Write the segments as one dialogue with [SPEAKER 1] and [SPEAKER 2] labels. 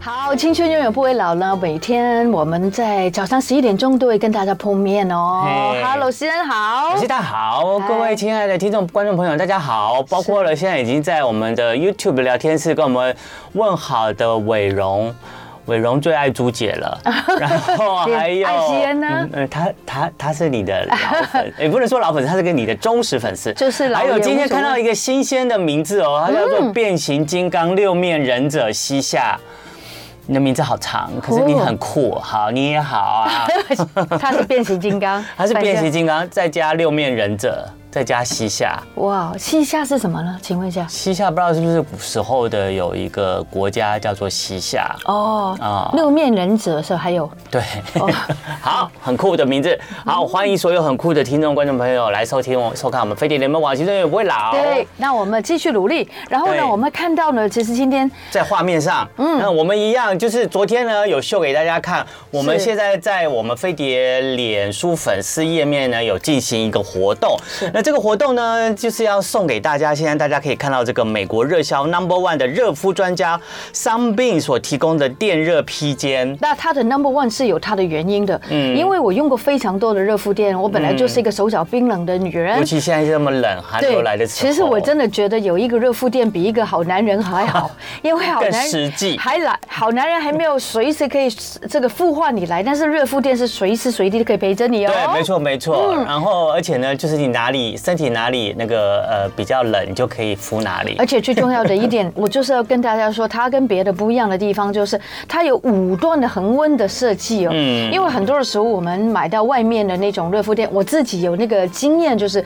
[SPEAKER 1] 好，青春永远不会老呢。每天我们在早上十一点钟都会跟大家碰面哦。
[SPEAKER 2] 嘿
[SPEAKER 1] Hello，先生好
[SPEAKER 2] 老。师大家好，
[SPEAKER 1] 嗨
[SPEAKER 2] 各位亲爱的听众、观众朋友，大家好！包括了现在已经在我们的 YouTube 聊天室跟我们问好的伟荣，伟荣最爱朱姐 了，然后还有
[SPEAKER 1] 爱西恩呢
[SPEAKER 2] 嗯呃，他他他是你的老 粉，哎也不能说老粉丝，他是个你的忠实粉丝，
[SPEAKER 1] 就是老嗯
[SPEAKER 2] 还有
[SPEAKER 1] 也
[SPEAKER 2] 今
[SPEAKER 1] 无
[SPEAKER 2] 天
[SPEAKER 1] 所
[SPEAKER 2] 看到
[SPEAKER 1] 谓
[SPEAKER 2] 一个新鲜的名字哦，它叫做变形金刚六面忍者西夏。你的名字好长，可是你很
[SPEAKER 1] 哦
[SPEAKER 2] 酷，好，你也好 啊。
[SPEAKER 1] 他是变形金 刚，
[SPEAKER 2] 它是变形
[SPEAKER 1] 反
[SPEAKER 2] 金刚，再加六面忍者，再加西夏。
[SPEAKER 1] 正。哇，西夏是什么呢？请问一 下。
[SPEAKER 2] 西夏不知道是不是古时候的有一个国家叫做西夏
[SPEAKER 1] 哦，
[SPEAKER 2] 啊、
[SPEAKER 1] 六面忍者是吧还有
[SPEAKER 2] 对，
[SPEAKER 1] 哦
[SPEAKER 2] 好，很酷的名字。好，欢迎所有很酷的听众、观众朋友来收听我、收看我们飞碟联盟网，其实也不会老。
[SPEAKER 1] 对，，那我们继续努力。然后呢，
[SPEAKER 2] 对
[SPEAKER 1] 我们看到呢，其实今天
[SPEAKER 2] 在画面上，嗯，那我们一样，就是昨天呢有秀给大家看，我们
[SPEAKER 1] 是
[SPEAKER 2] 现在在我们飞碟脸书粉丝页面呢有进行一个活动，那这个活动呢就是要送给大家，现在大家可以看到这个美国热销 Number One 的热敷专家桑病所提供的电热披肩。
[SPEAKER 1] 那它的 number one 是有它的原因的，嗯，因为我用过非常多的热敷垫，我本
[SPEAKER 2] 嗯
[SPEAKER 1] 来就是一个手脚冰冷的女人，
[SPEAKER 2] 尤其现在这么冷，寒流来的时候，
[SPEAKER 1] 哎其实我真的觉得有一个热敷垫比一个好男人还 好，因为好男
[SPEAKER 2] 更实际
[SPEAKER 1] 还来好男人还没有随时可以这个孵化你来，但是热敷垫是随时随地都可以陪着你哦。嗯
[SPEAKER 2] 对，没。错没错。然后而且呢，就是你哪里身体哪里那个呃比较冷，你就可以敷哪里
[SPEAKER 1] 而。且最重要的一点，我就是要跟大家说，它跟别的不一样的地方就是它有五段的恒温的设计哦。嗯，因为很多的时候我们买到外面的那种热敷垫，我自己有那个经验，就是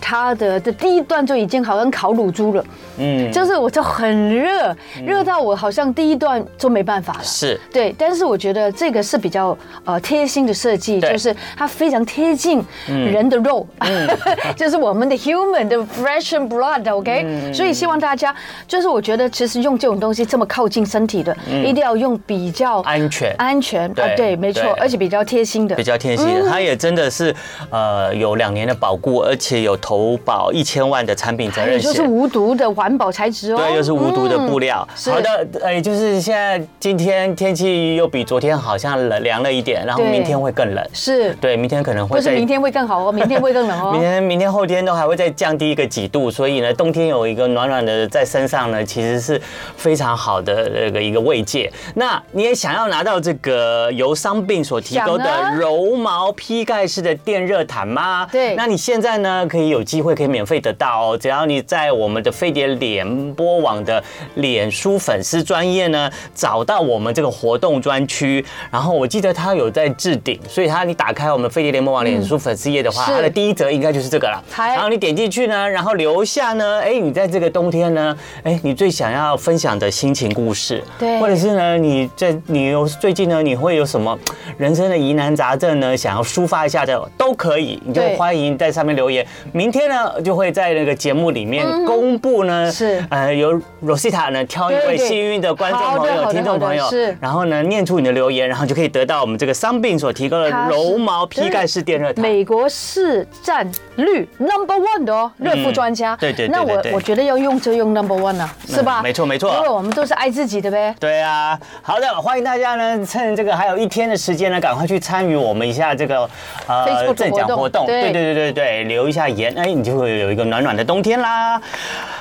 [SPEAKER 1] 它的这第一段就已经好像烤乳猪了，
[SPEAKER 2] 嗯，
[SPEAKER 1] 就是我就很热，热到我好像第一段就没办法了。
[SPEAKER 2] 是。
[SPEAKER 1] 对，但是我觉得这个是比较呃贴心的设计，
[SPEAKER 2] 对嗯
[SPEAKER 1] 就是它非常贴近人的肉， 就是我们的 human 的 flesh and blood，OK、所
[SPEAKER 2] 嗯
[SPEAKER 1] 以希望大家就是我觉得其实用这种东西这么靠近身体的，一定要用比较
[SPEAKER 2] 嗯安全
[SPEAKER 1] 安全啊
[SPEAKER 2] 对，
[SPEAKER 1] 对，没错
[SPEAKER 2] 对，
[SPEAKER 1] 而且比较贴心的
[SPEAKER 2] 比。较贴心
[SPEAKER 1] 嗯
[SPEAKER 2] 的，它也真的是呃有两年的保固，而且有投保一千万的产品责
[SPEAKER 1] 还有
[SPEAKER 2] 任
[SPEAKER 1] 哎就
[SPEAKER 2] 险
[SPEAKER 1] 是。无毒的环保材质哦，
[SPEAKER 2] 对，又是无毒的布料。
[SPEAKER 1] 是
[SPEAKER 2] 好的，呃，就是现在今天天气又比昨天好像冷凉了一点，然后
[SPEAKER 1] 对
[SPEAKER 2] 明天会更冷。
[SPEAKER 1] 是，
[SPEAKER 2] 对，明天可能
[SPEAKER 1] 不
[SPEAKER 2] 会
[SPEAKER 1] 是
[SPEAKER 2] 再，
[SPEAKER 1] 明天会更好哦，明天会更冷哦。
[SPEAKER 2] 明天明天后天都还会再降低一个几度，所以呢，冬天有一个暖暖的在身上呢，其实是非常好的那个一个慰藉。那你也想要拿到这个由伤病所提供
[SPEAKER 1] 想啊
[SPEAKER 2] 的柔毛披盖式的电热毯吗？
[SPEAKER 1] 对
[SPEAKER 2] 那你现在呢可以有机会可以免费得到哦，只要你在我们的飞碟联播网的脸书粉丝专业呢找到我们这个活动专区，然后我记得它有在置顶，所以它你打开我们飞碟联播网脸书粉丝页的话，
[SPEAKER 1] 是
[SPEAKER 2] 它的第一则应该就是这个了。
[SPEAKER 1] 嗨
[SPEAKER 2] 然后你点进去呢，然后留下呢，哎，你在这个冬天呢，哎，你最想要分享的心情故事，
[SPEAKER 1] 对
[SPEAKER 2] 或者是呢，你在你有最近呢，你会有什么人生的疑难杂症呢，想要抒发一下的都可以，你就
[SPEAKER 1] 对
[SPEAKER 2] 欢迎在上面留言。明天呢，就会在那个节目里面公布呢，
[SPEAKER 1] 嗯是
[SPEAKER 2] 呃，由 Rosita 呢挑一
[SPEAKER 1] 对
[SPEAKER 2] 位
[SPEAKER 1] 对
[SPEAKER 2] 幸运的观众
[SPEAKER 1] 好的
[SPEAKER 2] 朋
[SPEAKER 1] 好
[SPEAKER 2] 友、
[SPEAKER 1] 的
[SPEAKER 2] 听众朋友
[SPEAKER 1] 好的是，
[SPEAKER 2] 然后呢念出你的留言，然后就可以得到我们这个伤病所提供的
[SPEAKER 1] 它是
[SPEAKER 2] 柔毛披盖式电热毯。
[SPEAKER 1] 美国市占率 number one 的哦，热敷专家。
[SPEAKER 2] 嗯对对对
[SPEAKER 1] 那我
[SPEAKER 2] 对对嗯
[SPEAKER 1] 我觉得要用就用 number one 啊，是吧？
[SPEAKER 2] 没错没错
[SPEAKER 1] 因为我们都是爱自己的呗。
[SPEAKER 2] 对啊，好的，欢迎大家呢，趁这个还有一天的时间呢，赶快去参与我们一下这个呃
[SPEAKER 1] Facebook
[SPEAKER 2] 赠
[SPEAKER 1] 活
[SPEAKER 2] 奖
[SPEAKER 1] 动
[SPEAKER 2] 活动。
[SPEAKER 1] 对
[SPEAKER 2] 对对对对对，留一下言，哎，你就会有一个暖暖的冬天啦。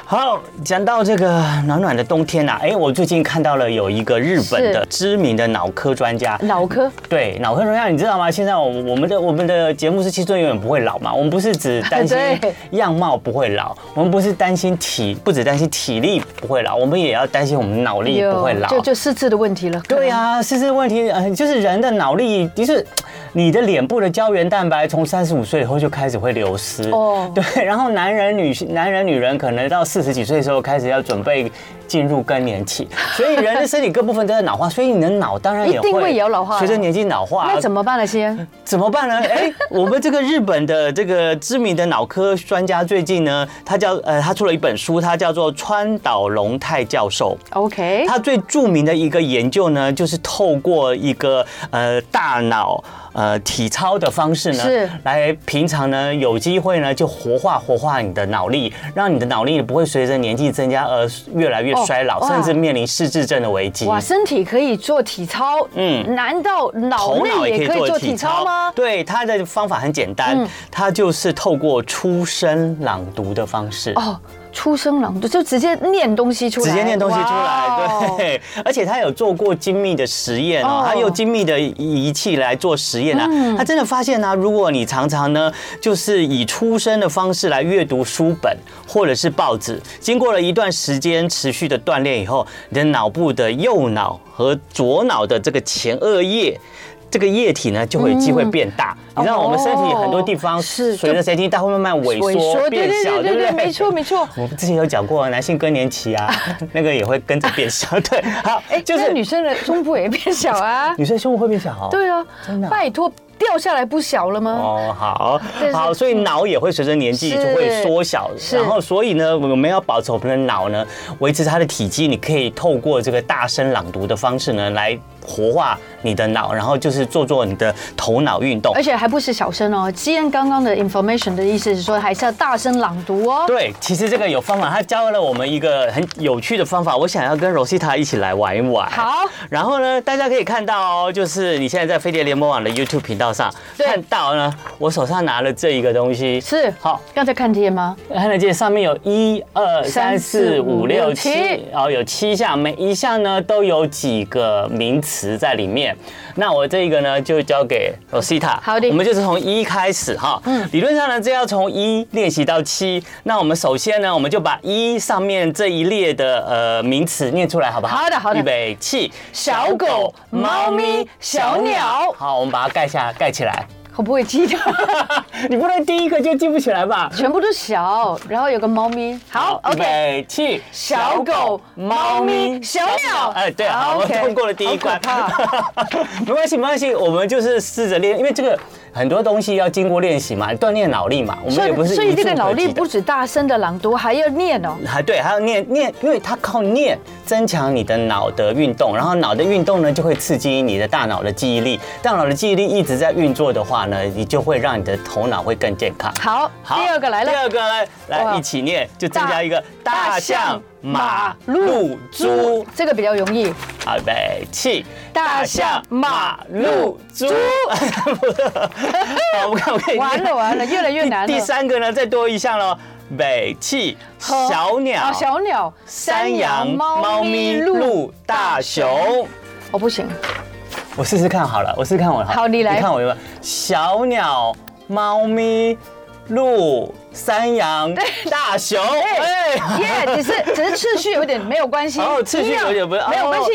[SPEAKER 2] 好，讲到这个暖暖的冬天呐、哎，我最近看到了有一个日本的
[SPEAKER 1] 是
[SPEAKER 2] 知名的脑科专家，
[SPEAKER 1] 脑科
[SPEAKER 2] 对，脑科学家，你知道吗？现在我我们的我们的节目是青春永远不会老嘛，我们不是只担心
[SPEAKER 1] 对
[SPEAKER 2] 样貌不会老，我们不是担心体，不只担心体力不会老，我们也要担心我们脑力不会老。
[SPEAKER 1] 哎就就四肢的问题了。
[SPEAKER 2] 对呀、是这个问题，呃，就是人的脑力，就是你的脸部的胶原蛋白从三十五岁以后就开始会流失。
[SPEAKER 1] 哦
[SPEAKER 2] 哦，对，然后男人、女男人、女人可能到四十几岁的时候开始要准备进入更年期，所以人的身体各部分都在老化，所以你的脑当然也
[SPEAKER 1] 一定会也有老化
[SPEAKER 2] 随着年纪老
[SPEAKER 1] 可
[SPEAKER 2] 化啊。
[SPEAKER 1] 能。那怎么办呢，先？
[SPEAKER 2] 怎么办呢？ 哎，我们这个日本的这个知名的脑科专家最近呢，他叫呃，他出了一本书，他叫做川岛龙太教授。
[SPEAKER 1] OK，
[SPEAKER 2] 他最著名的一个研究呢，就是透过一个呃大脑。呃体操的方式呢，
[SPEAKER 1] 是
[SPEAKER 2] 来平常呢有机会呢就活化活化你的脑力，让你的脑力不会随着年纪增加而越来越
[SPEAKER 1] 哦
[SPEAKER 2] 衰老，
[SPEAKER 1] 哇
[SPEAKER 2] 甚至面临失智症的危机。
[SPEAKER 1] 哇，身体可以做体操，
[SPEAKER 2] 嗯
[SPEAKER 1] 嗯，难道脑
[SPEAKER 2] 头脑
[SPEAKER 1] 内
[SPEAKER 2] 也
[SPEAKER 1] 也
[SPEAKER 2] 可
[SPEAKER 1] 可
[SPEAKER 2] 以
[SPEAKER 1] 以
[SPEAKER 2] 做
[SPEAKER 1] 做
[SPEAKER 2] 体
[SPEAKER 1] 体
[SPEAKER 2] 操
[SPEAKER 1] 操吗？嗯
[SPEAKER 2] 对，它的方法很简单，它就是透过出声朗读的方式。
[SPEAKER 1] 哦，出声朗读就直接念东西出来，
[SPEAKER 2] 直接念东西出
[SPEAKER 1] 哇
[SPEAKER 2] 来，
[SPEAKER 1] 哦，
[SPEAKER 2] 对，而且他有做过精密的实验哦
[SPEAKER 1] 哦，嗯
[SPEAKER 2] 他用精密的仪器来做实验啊，他真的发现呢、如果你常常呢，就是以出声的方式来阅读书本或者是报纸，经过了一段时间持续的锻炼以后，你的脑部的右脑和左脑的这个前额叶。这个液体呢，就会有机会变大。你知道我们身体很多地方
[SPEAKER 1] 哦嗯是
[SPEAKER 2] 随着神经大会慢慢萎
[SPEAKER 1] 萎
[SPEAKER 2] 缩
[SPEAKER 1] 缩，
[SPEAKER 2] 变
[SPEAKER 1] 对对
[SPEAKER 2] 小，
[SPEAKER 1] 对
[SPEAKER 2] 对
[SPEAKER 1] 对
[SPEAKER 2] 不
[SPEAKER 1] 对，
[SPEAKER 2] 对？
[SPEAKER 1] 没错没错。
[SPEAKER 2] 我们之前有讲过，男性更年期啊， 那个也会跟着变小。对，好，
[SPEAKER 1] 哎，
[SPEAKER 2] 就
[SPEAKER 1] 那
[SPEAKER 2] 是，
[SPEAKER 1] 女生的胸部也变小啊
[SPEAKER 2] 女生胸部会变小哦。
[SPEAKER 1] 对啊
[SPEAKER 2] 真的啊，
[SPEAKER 1] 拜托，掉下来不小了吗？
[SPEAKER 2] 哦，好
[SPEAKER 1] 对
[SPEAKER 2] 好，所以脑也会随着年纪就是会缩小，
[SPEAKER 1] 是
[SPEAKER 2] 然后所以呢，我们要保持我们的脑呢，维持它的体积，你可以透过这个大声朗读的方式呢，来活化你的脑，然后就是做做你的头脑运动
[SPEAKER 1] 而。且还不是小声哦，基恩刚刚的 information 的意思是说，还是要大声朗读哦。
[SPEAKER 2] 对，其实这个有方法，他教了我们一个很有趣的方法，我想要跟 Rosita 一起来玩一玩。
[SPEAKER 1] 好，
[SPEAKER 2] 然后呢，大家可以看到哦，就是你现在在飞碟联盟网的 YouTube 频道上
[SPEAKER 1] 对
[SPEAKER 2] 看到呢，我手上拿了这一个东西，
[SPEAKER 1] 是
[SPEAKER 2] 好，
[SPEAKER 1] 刚才看贴吗？
[SPEAKER 2] 看得见上面有一二三
[SPEAKER 1] 三
[SPEAKER 2] 四
[SPEAKER 1] 四
[SPEAKER 2] 五
[SPEAKER 1] 五
[SPEAKER 2] 六
[SPEAKER 1] 六
[SPEAKER 2] 七
[SPEAKER 1] 七，
[SPEAKER 2] 然后有七项，每一项呢都有几个名词在里面。那我这个呢就交给 Rosita，
[SPEAKER 1] 好的
[SPEAKER 2] 我们就是从一开始哈，嗯，理论上呢这要从一练习到七。那我们首先呢，我们就把一上面这一列的呃名词念出来，好不好？
[SPEAKER 1] 好的好的
[SPEAKER 2] 预备起，
[SPEAKER 1] 小狗猫咪小鸟
[SPEAKER 2] 好，我们把它盖下盖起 来。
[SPEAKER 1] 我不会记 得，
[SPEAKER 2] 你不能第一个就记不起来吧？
[SPEAKER 1] 全部都小，然后有个猫咪。好
[SPEAKER 2] 预
[SPEAKER 1] ，OK。
[SPEAKER 2] 备起，
[SPEAKER 1] 小狗猫咪小鸟
[SPEAKER 2] 哎，对，好，我
[SPEAKER 1] OK
[SPEAKER 2] 通过了第一关
[SPEAKER 1] 好可，
[SPEAKER 2] 没关系，没关系，我们就是试着练，因为这个很多东西要经过练习嘛，锻炼脑力嘛，我们
[SPEAKER 1] 所
[SPEAKER 2] 也不
[SPEAKER 1] 以，
[SPEAKER 2] 是
[SPEAKER 1] 所
[SPEAKER 2] 一
[SPEAKER 1] 以
[SPEAKER 2] 触
[SPEAKER 1] 这个脑
[SPEAKER 2] 可及
[SPEAKER 1] 力
[SPEAKER 2] 的
[SPEAKER 1] 不。止大声的朗读，还要念哦。
[SPEAKER 2] 还对，还要念念，因为它靠念增强你的脑的运动，然后脑的运动呢就会刺激你的大脑的记忆力，大脑的记忆力一直在运作的话呢，你就会让你的头脑会更健康。
[SPEAKER 1] 好，
[SPEAKER 2] 好，
[SPEAKER 1] 第二个来
[SPEAKER 2] 第
[SPEAKER 1] 了，
[SPEAKER 2] 二个来来
[SPEAKER 1] 哇
[SPEAKER 2] 一起念，就增加一个
[SPEAKER 1] 大
[SPEAKER 2] 大象、马、
[SPEAKER 1] 马鹿
[SPEAKER 2] 鹿、猪。
[SPEAKER 1] 这个比较容易。
[SPEAKER 2] 好，预备起，
[SPEAKER 1] 大象马鹿
[SPEAKER 2] 猪。 好，我们看，我看你念
[SPEAKER 1] 完了完了，越来越
[SPEAKER 2] 第
[SPEAKER 1] 难了。
[SPEAKER 2] 第三个呢，再多一项喽。北气
[SPEAKER 1] 和
[SPEAKER 2] 小鸟
[SPEAKER 1] 啊、，小鸟、
[SPEAKER 2] 山羊、猫咪、鹿、大熊。
[SPEAKER 1] 我哦不行，
[SPEAKER 2] 我试试看好了，我试试看我了
[SPEAKER 1] 好你来
[SPEAKER 2] 看我有没有小鸟、猫咪、鹿、山羊、大熊。哎，
[SPEAKER 1] 耶、只 是只是次序有点没有关系，
[SPEAKER 2] 哦次序
[SPEAKER 1] 一样
[SPEAKER 2] 有点不是
[SPEAKER 1] 没有关系，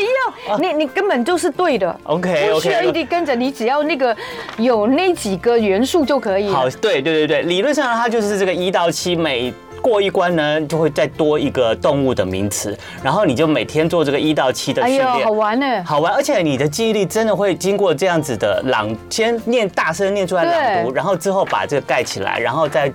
[SPEAKER 2] 哦
[SPEAKER 1] 一样，你你根本就是对的
[SPEAKER 2] OK，OK，
[SPEAKER 1] 不需要一直跟着，你只要那个有那几个元素就可以了。
[SPEAKER 2] 好，对对对对，理论上呢它就是这个一到七每。过一关呢，就会再多一个动物的名词，然后你就每天做这个一到七的
[SPEAKER 1] 哎
[SPEAKER 2] 训
[SPEAKER 1] 呦，
[SPEAKER 2] 练，
[SPEAKER 1] 好玩呢。
[SPEAKER 2] 好玩，而且你的记忆力真的会经过这样子的朗，先念大声念出来朗读，
[SPEAKER 1] 对
[SPEAKER 2] 然后之后把这个盖起来，然后再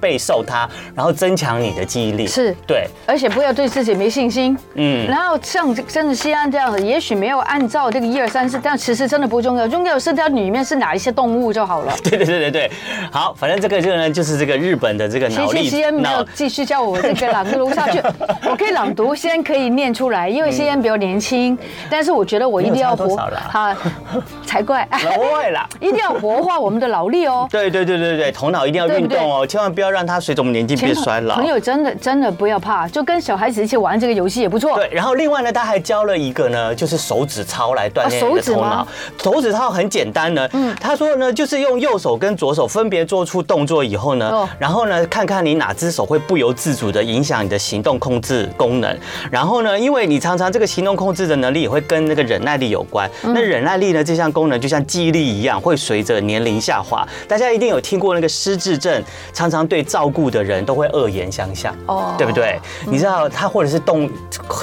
[SPEAKER 2] 背诵它，然后增强你的记忆力。
[SPEAKER 1] 是
[SPEAKER 2] 对，
[SPEAKER 1] 而且不要对自己没信心。
[SPEAKER 2] 嗯
[SPEAKER 1] 然后像这真的西安这样的，也许没有按照这个一二三四，但其实真的不重要，重要是它里面是哪一些动物就好了。
[SPEAKER 2] 对对对对对，好，反正这个就呢，就是这个日本的这个脑
[SPEAKER 1] 其
[SPEAKER 2] 力
[SPEAKER 1] 实西安没有
[SPEAKER 2] 脑
[SPEAKER 1] 继续叫我这个朗读 下去，我可以朗读，西安可以念出来，因为西安比较年轻，但是我觉得我一定要
[SPEAKER 2] 嗯没有
[SPEAKER 1] 活
[SPEAKER 2] 差多少啦
[SPEAKER 1] 哈，才怪，
[SPEAKER 2] 不会啦。
[SPEAKER 1] 一定要活化我们的劳力 哦。
[SPEAKER 2] 对对对对对，头脑一定要
[SPEAKER 1] 对
[SPEAKER 2] 运
[SPEAKER 1] 不对
[SPEAKER 2] 动哦，千万不要让它随着我们年纪变衰老。
[SPEAKER 1] 朋友真的真的不要怕，就跟小孩子一起玩这个游戏也不错。
[SPEAKER 2] 对，然后另外呢，他还教了一个呢，就是手指操来锻炼
[SPEAKER 1] 啊
[SPEAKER 2] 你
[SPEAKER 1] 手
[SPEAKER 2] 的
[SPEAKER 1] 指
[SPEAKER 2] 头脑
[SPEAKER 1] 吗。
[SPEAKER 2] 手指操很简单呢，
[SPEAKER 1] 嗯
[SPEAKER 2] 他说呢，就是用右手跟左手分别做出动作以后呢
[SPEAKER 1] 哦，
[SPEAKER 2] 然后呢，看看你哪只手会不由自主的影响你的行动控制功能。然后呢，因为你常常这个行动控制的能力也会跟那个忍耐力有关。那忍耐力呢，这项功能就像记忆力一样，会随着年龄下滑。大家一定有听过那个失智症，常常对照顾的人都会恶言相向，
[SPEAKER 1] 哦
[SPEAKER 2] 对不对？你知道他或者是动，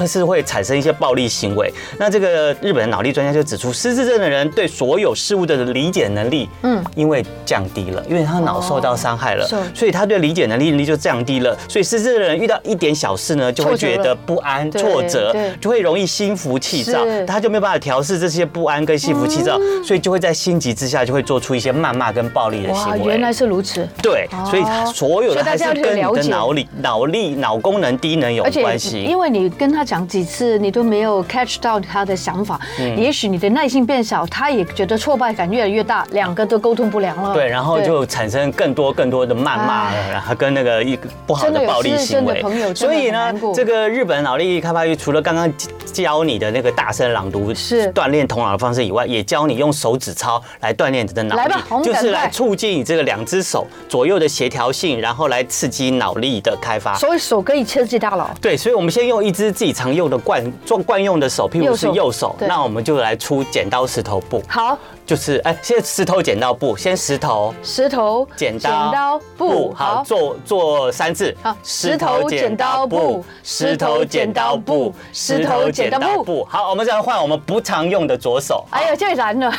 [SPEAKER 2] 是会产生一些暴力行为。那这个日本的脑力专家就指出，失智症的人对所有事物的理解能力，嗯
[SPEAKER 1] 嗯，
[SPEAKER 2] 因为降低了，因为他脑受到伤害了，
[SPEAKER 1] 是
[SPEAKER 2] 所以他对理解能力就降低了。所以失智的人遇到一点小事呢，就会
[SPEAKER 1] 挫折
[SPEAKER 2] 觉
[SPEAKER 1] 了
[SPEAKER 2] 得不安、
[SPEAKER 1] 对
[SPEAKER 2] 挫折
[SPEAKER 1] 对，
[SPEAKER 2] 就会容易心浮气躁，
[SPEAKER 1] 是嗯
[SPEAKER 2] 他就没有办法调试这些不安跟心浮气躁，所以就会在心急之下就会做出一些谩骂跟暴力的行
[SPEAKER 1] 哇，
[SPEAKER 2] 为。
[SPEAKER 1] 原来是如此。
[SPEAKER 2] 对，所以它
[SPEAKER 1] 哦
[SPEAKER 2] 所有
[SPEAKER 1] 所
[SPEAKER 2] 的
[SPEAKER 1] 以
[SPEAKER 2] 还
[SPEAKER 1] 大家
[SPEAKER 2] 是
[SPEAKER 1] 要
[SPEAKER 2] 跟你
[SPEAKER 1] 了
[SPEAKER 2] 的
[SPEAKER 1] 解
[SPEAKER 2] 脑力、脑力、脑功能低能有
[SPEAKER 1] 而且
[SPEAKER 2] 关，系
[SPEAKER 1] 因。为你跟他讲几次，你都没有 catch 到他的想法，
[SPEAKER 2] 嗯
[SPEAKER 1] 也许你的耐性变小，他也觉得挫败感越来越大，两个都沟通不良了。
[SPEAKER 2] 对，然后
[SPEAKER 1] 嗯对
[SPEAKER 2] 就产生更多更多的谩骂，
[SPEAKER 1] 哎
[SPEAKER 2] 然后跟那个一个不好
[SPEAKER 1] 真的
[SPEAKER 2] 的
[SPEAKER 1] 有
[SPEAKER 2] 暴力
[SPEAKER 1] 失
[SPEAKER 2] 行
[SPEAKER 1] 真的
[SPEAKER 2] 为
[SPEAKER 1] 朋友。真的
[SPEAKER 2] 所以
[SPEAKER 1] 很
[SPEAKER 2] 呢
[SPEAKER 1] 难，过
[SPEAKER 2] 这个日本脑力开发育除了刚刚教你的那个大声朗读
[SPEAKER 1] 是
[SPEAKER 2] 锻炼头脑的方式以外，也教你用手指操来锻炼你的脑
[SPEAKER 1] 来
[SPEAKER 2] 力
[SPEAKER 1] 吧我，们
[SPEAKER 2] 就
[SPEAKER 1] 赶
[SPEAKER 2] 是来
[SPEAKER 1] 快
[SPEAKER 2] 促进你这个两只手左右的协调性，然后来刺激脑力的开发。
[SPEAKER 1] 所以手可以刺激大脑。
[SPEAKER 2] 对，所以我们先用一只自己常用的惯惯惯用的手，譬如
[SPEAKER 1] 右
[SPEAKER 2] 是
[SPEAKER 1] 手
[SPEAKER 2] 右手，
[SPEAKER 1] 对
[SPEAKER 2] 那我们就来出剪刀石头布，
[SPEAKER 1] 好，
[SPEAKER 2] 就是哎，先石头剪刀布，先石头。
[SPEAKER 1] 石头、
[SPEAKER 2] 剪刀、
[SPEAKER 1] 剪刀布，
[SPEAKER 2] 好，做做三次。
[SPEAKER 1] 好石头剪刀布
[SPEAKER 2] 石头剪刀布，石头剪刀
[SPEAKER 1] 石头剪刀
[SPEAKER 2] 布。好，我们再换我们不常用的左 手。
[SPEAKER 1] 哎呀，太难 了。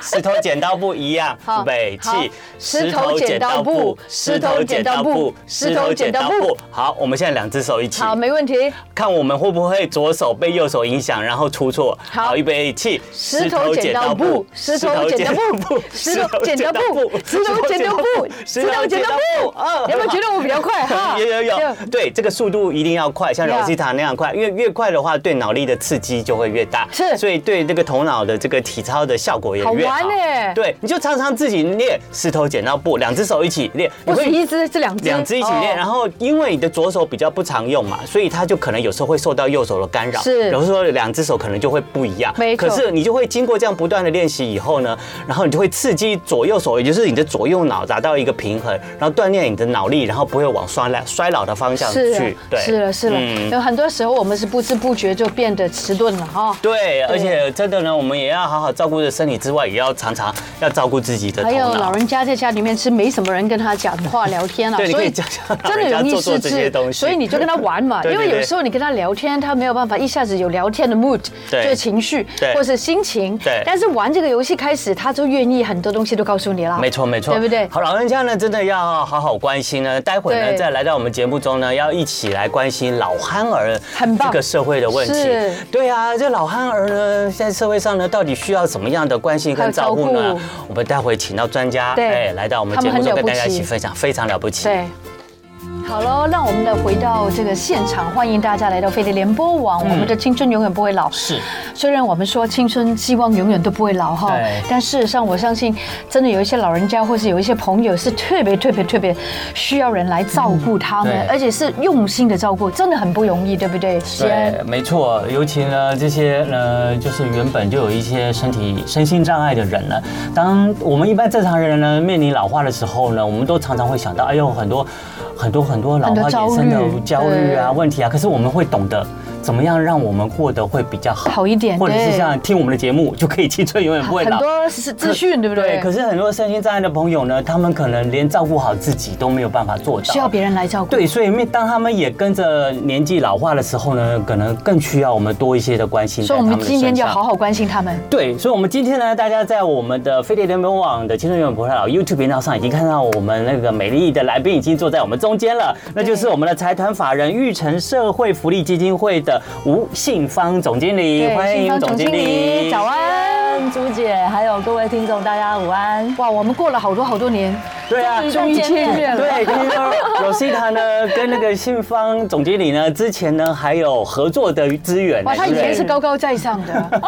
[SPEAKER 2] 石头剪刀布一样
[SPEAKER 1] 好，
[SPEAKER 2] 北
[SPEAKER 1] 好
[SPEAKER 2] 气。
[SPEAKER 1] 石头剪刀布
[SPEAKER 2] 石头剪刀布，石
[SPEAKER 1] 石
[SPEAKER 2] 头
[SPEAKER 1] 头剪
[SPEAKER 2] 剪刀
[SPEAKER 1] 刀布
[SPEAKER 2] 布。好，我们现在两只手一起。
[SPEAKER 1] 好，没 问题。
[SPEAKER 2] 看我们会不会左手被右手影响，然后出错。
[SPEAKER 1] 好
[SPEAKER 2] 预备起，
[SPEAKER 1] 石头剪刀布，石头剪刀布，石头剪刀布，石头剪刀布，石头剪刀布。
[SPEAKER 2] 啊
[SPEAKER 1] 有没有觉得我比较 快哈？
[SPEAKER 2] 有有有，对，这个速度一定要快，像
[SPEAKER 1] Yeah
[SPEAKER 2] Rosita 那样快，因为越快的话，对脑力的刺激就会越大，
[SPEAKER 1] 是
[SPEAKER 2] 所以对这个头脑的这个体操的效果也
[SPEAKER 1] 好
[SPEAKER 2] 越好。
[SPEAKER 1] 玩欸耶
[SPEAKER 2] 对，你就常常自己练石头剪刀布，两只手一起练，你
[SPEAKER 1] 不
[SPEAKER 2] 会
[SPEAKER 1] 是一只，是两只。
[SPEAKER 2] 两只一起练，
[SPEAKER 1] 哦
[SPEAKER 2] 然后因为你的左手比较不常用嘛，所以它就可能有时候会受到右手的干扰，
[SPEAKER 1] 是
[SPEAKER 2] 有时候两只手可能就会不一样。
[SPEAKER 1] 没错
[SPEAKER 2] 可是你就会经过这样不断的练习以后呢，然后你就会刺激左右手，也就是你的左右脑达到一个平衡，然后锻炼你的脑力，然后不会往衰老衰老的方向
[SPEAKER 1] 是
[SPEAKER 2] 去。
[SPEAKER 1] 啊是了，是了，
[SPEAKER 2] 嗯
[SPEAKER 1] 有很多时候我们是不知不觉就变得迟钝了哈。
[SPEAKER 2] 对，而且真的呢，我们也要好好照顾着身体之外，也要常常要照顾自己的头
[SPEAKER 1] 还有老
[SPEAKER 2] 脑。
[SPEAKER 1] 人家在家里面是没什么人跟他讲话聊天啊，
[SPEAKER 2] 对你可以
[SPEAKER 1] 真
[SPEAKER 2] 讲讲老人
[SPEAKER 1] 的
[SPEAKER 2] 家
[SPEAKER 1] 容易
[SPEAKER 2] 做做
[SPEAKER 1] 失
[SPEAKER 2] 这些
[SPEAKER 1] 智
[SPEAKER 2] 东，西
[SPEAKER 1] 所以你就跟他玩嘛，
[SPEAKER 2] 对
[SPEAKER 1] 因
[SPEAKER 2] 对
[SPEAKER 1] 为
[SPEAKER 2] 对
[SPEAKER 1] 有时候你跟他聊天，他没有办法一下子有聊天的 mood，
[SPEAKER 2] 对
[SPEAKER 1] 就是情绪
[SPEAKER 2] 对
[SPEAKER 1] 或是心情
[SPEAKER 2] 对，
[SPEAKER 1] 但是玩这个游戏开始，他就愿意很多东西都告诉你了，
[SPEAKER 2] 没错，没错，
[SPEAKER 1] 啊对不对？
[SPEAKER 2] 好，老人家呢，真的要好好关心呢。待会呢，
[SPEAKER 1] 对
[SPEAKER 2] 再来到我们节目中呢，要一起来关心老憨儿
[SPEAKER 1] 很棒
[SPEAKER 2] 这个社会的问题
[SPEAKER 1] 是。
[SPEAKER 2] 对啊，这老憨儿呢，在社会上呢，到底需要什么样的关心
[SPEAKER 1] 还
[SPEAKER 2] 跟
[SPEAKER 1] 有
[SPEAKER 2] 照
[SPEAKER 1] 照
[SPEAKER 2] 顾呢
[SPEAKER 1] 顾？
[SPEAKER 2] 我们待会请到专家，哎
[SPEAKER 1] 对
[SPEAKER 2] 来到我们
[SPEAKER 1] 他
[SPEAKER 2] 节
[SPEAKER 1] 们
[SPEAKER 2] 目
[SPEAKER 1] 很了
[SPEAKER 2] 中跟
[SPEAKER 1] 不
[SPEAKER 2] 大家一起
[SPEAKER 1] 起
[SPEAKER 2] 分享，非常了不起。
[SPEAKER 1] 对。好喽，让我们来回到这个现场，欢迎大家来到飞碟联播
[SPEAKER 2] 嗯
[SPEAKER 1] 网。我们的青春永远不会老，
[SPEAKER 2] 是
[SPEAKER 1] 虽然我们说青春希望永远都不会老哈
[SPEAKER 2] 对，
[SPEAKER 1] 但事实上我相信，真的有一些老人家或是有一些朋友是特别特别特别需要人来照顾他们
[SPEAKER 2] 嗯对，
[SPEAKER 1] 而且是用心的照顾，真的很不容易，对不对？西安
[SPEAKER 2] 对，没错，尤其呢，这些呃，就是原本就有一些身体身心障碍的人呢，当我们一般正常人呢面临老化的时候呢，我们都常常会想到，哎呦，很多很多很多老
[SPEAKER 1] 很
[SPEAKER 2] 化
[SPEAKER 1] 多焦
[SPEAKER 2] 衍生的
[SPEAKER 1] 虑
[SPEAKER 2] 焦虑啊、
[SPEAKER 1] 对
[SPEAKER 2] 问题啊，可是我们会懂得怎么样让我们过得会比较好，
[SPEAKER 1] 好一点
[SPEAKER 2] 或者是
[SPEAKER 1] 对
[SPEAKER 2] 像听我们的节目就可以青春永远不会
[SPEAKER 1] 很
[SPEAKER 2] 老。
[SPEAKER 1] 多是资讯，对不对？
[SPEAKER 2] 可是很多身心障碍的朋友呢，他们可能连照顾好自己都没有办法做到，
[SPEAKER 1] 需要别人来照顾。
[SPEAKER 2] 对，所以面当他们也跟着年纪老化的时候呢，可能更需要我们多一些的关心在
[SPEAKER 1] 所以
[SPEAKER 2] 他
[SPEAKER 1] 我
[SPEAKER 2] 们
[SPEAKER 1] 们
[SPEAKER 2] 的
[SPEAKER 1] 今天
[SPEAKER 2] 身
[SPEAKER 1] 就要
[SPEAKER 2] 上
[SPEAKER 1] 好。好关心他们。
[SPEAKER 2] 对，所以，我们今天呢，大家在我们的飞碟联盟网的青春永远不会老 YouTube 频道上，已经看到我们那个美丽的来宾已经坐在我们中间了，那就是我们的财团法人玉成社会福利基金会的吴信芳总经理，
[SPEAKER 1] 对
[SPEAKER 2] 欢
[SPEAKER 1] 信
[SPEAKER 2] 迎
[SPEAKER 1] 芳
[SPEAKER 2] 总
[SPEAKER 1] 总
[SPEAKER 2] 经
[SPEAKER 1] 经
[SPEAKER 2] 理，
[SPEAKER 1] 理，早。安。
[SPEAKER 3] 朱姐，还有各位听众，大家午安。
[SPEAKER 1] 哇，我们过了好多好多年，
[SPEAKER 2] 对啊，
[SPEAKER 3] 终于见
[SPEAKER 1] 了。
[SPEAKER 3] 面
[SPEAKER 2] 对，听 说 Rosita 呢跟那个信芳总经理呢，之前呢还有合作的资源呢。
[SPEAKER 1] 哇，他以
[SPEAKER 2] 对不
[SPEAKER 1] 前
[SPEAKER 2] 对
[SPEAKER 1] 是高高在上 的，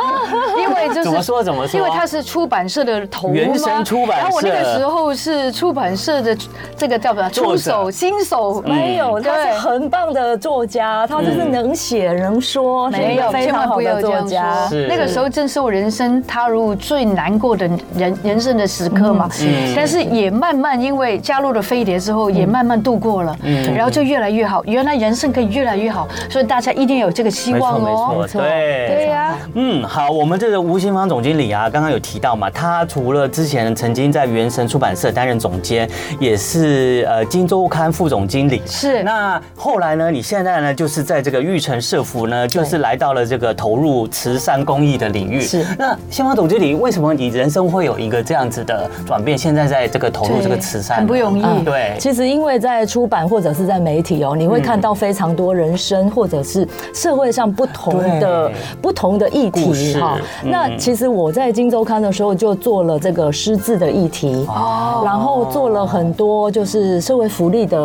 [SPEAKER 1] 因为就是
[SPEAKER 2] 怎么说怎么说
[SPEAKER 1] 因为他是出版社的头嘛
[SPEAKER 2] 原神出版社
[SPEAKER 1] 然后我那个时候是出版社的这个叫什么
[SPEAKER 2] 作者嗯
[SPEAKER 1] 出手新手，
[SPEAKER 3] 没有，
[SPEAKER 1] 嗯对
[SPEAKER 3] 他是很棒的作家，他就是能写能说，是一
[SPEAKER 1] 没
[SPEAKER 3] 个
[SPEAKER 1] 有，
[SPEAKER 3] 非
[SPEAKER 1] 千
[SPEAKER 3] 常
[SPEAKER 1] 万
[SPEAKER 3] 好
[SPEAKER 1] 不
[SPEAKER 3] 的
[SPEAKER 1] 要这
[SPEAKER 3] 作
[SPEAKER 1] 样
[SPEAKER 3] 家
[SPEAKER 1] 说。
[SPEAKER 2] 是。
[SPEAKER 1] 那个时候正是我人生踏入最难过的人人生的时刻嘛。
[SPEAKER 2] 嗯
[SPEAKER 1] 但是也慢慢因为加入了飞碟之后，也慢慢度过了，
[SPEAKER 2] 嗯
[SPEAKER 1] 然后就越来越好。原来人生可以越来越好，所以大家一定有这个希
[SPEAKER 2] 没错，
[SPEAKER 1] 望
[SPEAKER 2] 没
[SPEAKER 1] 哦。
[SPEAKER 2] 错，对，
[SPEAKER 1] 对呀，
[SPEAKER 2] 嗯，好，我们这个吴新芳总经理啊，刚刚有提到嘛，他除了之前曾经在原神出版社担任总监，也是呃《金周刊》副总经理。
[SPEAKER 1] 是
[SPEAKER 2] 那后来呢，你现在呢，就是在这个玉成社服呢，就是来到了这个投入慈善公益的领域。
[SPEAKER 3] 是
[SPEAKER 2] 那新芳总经理，为什么你人生会有一个这样子的转变？现在在这个投入这个慈善呢，
[SPEAKER 1] 很不容易
[SPEAKER 2] 嗯对，
[SPEAKER 3] 其实因为在出版或者是在媒体哦，你会看到非常多人生或者是社会上不同的
[SPEAKER 2] 对
[SPEAKER 3] 不同的议
[SPEAKER 2] 故
[SPEAKER 3] 题
[SPEAKER 2] 事
[SPEAKER 3] 哈。
[SPEAKER 2] 嗯
[SPEAKER 3] 那其实我在《金周刊》的时候就做了这个失智的议题，
[SPEAKER 2] 哦
[SPEAKER 3] 然后做了很多就是社会福利的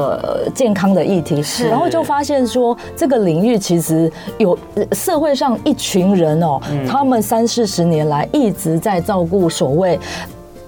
[SPEAKER 3] 呃健康的议题，然后就发现说这个领域其实有呃社会上一群人哦，
[SPEAKER 2] 嗯
[SPEAKER 3] 他们三四十年来一直在照顾所谓。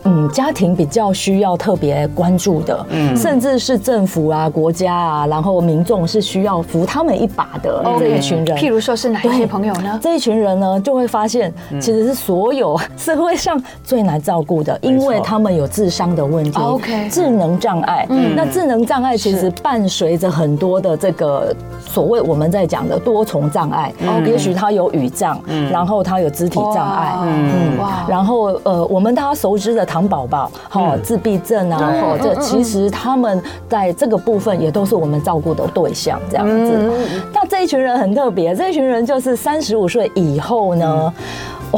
[SPEAKER 3] 嗯，家庭比较需要特别关注的，
[SPEAKER 1] 嗯
[SPEAKER 3] 甚至是政府啊、国家啊，然后民众是需要扶他们一把的这一群人。
[SPEAKER 1] 譬如说是哪一些朋友呢？
[SPEAKER 3] 这一群人呢，就会发现
[SPEAKER 1] 嗯
[SPEAKER 3] 其实是所有社会上最难照顾的，因为他们有智商的问题
[SPEAKER 1] 啊，OK 嗯
[SPEAKER 3] 智能障碍。那智能障碍其实伴随着很多的这个所谓我们在讲的多重障碍，也许他有语障，然后他有肢体障碍，
[SPEAKER 1] 嗯哇
[SPEAKER 3] 嗯
[SPEAKER 1] 哇，
[SPEAKER 3] 然后呃，我们大家熟知的糖宝宝，哈，
[SPEAKER 2] 嗯
[SPEAKER 3] 自闭症啊，哈，
[SPEAKER 1] 嗯
[SPEAKER 3] 这其实他们在这个部分也都是我们照顾的对象，这样子。
[SPEAKER 1] 嗯
[SPEAKER 3] 那这一群人很特别，这一群人就是三十五岁以后呢，
[SPEAKER 2] 嗯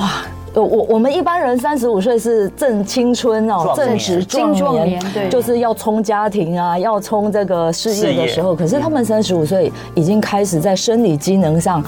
[SPEAKER 3] 哇。我我我们一般人三十五岁是正青春哦，
[SPEAKER 2] 壮年
[SPEAKER 3] 正值壮
[SPEAKER 1] 青壮
[SPEAKER 3] 年
[SPEAKER 1] 年，对
[SPEAKER 3] 就是要冲家庭啊，要冲这个事业的时候。可是他们三十五岁已经开始在生理机能上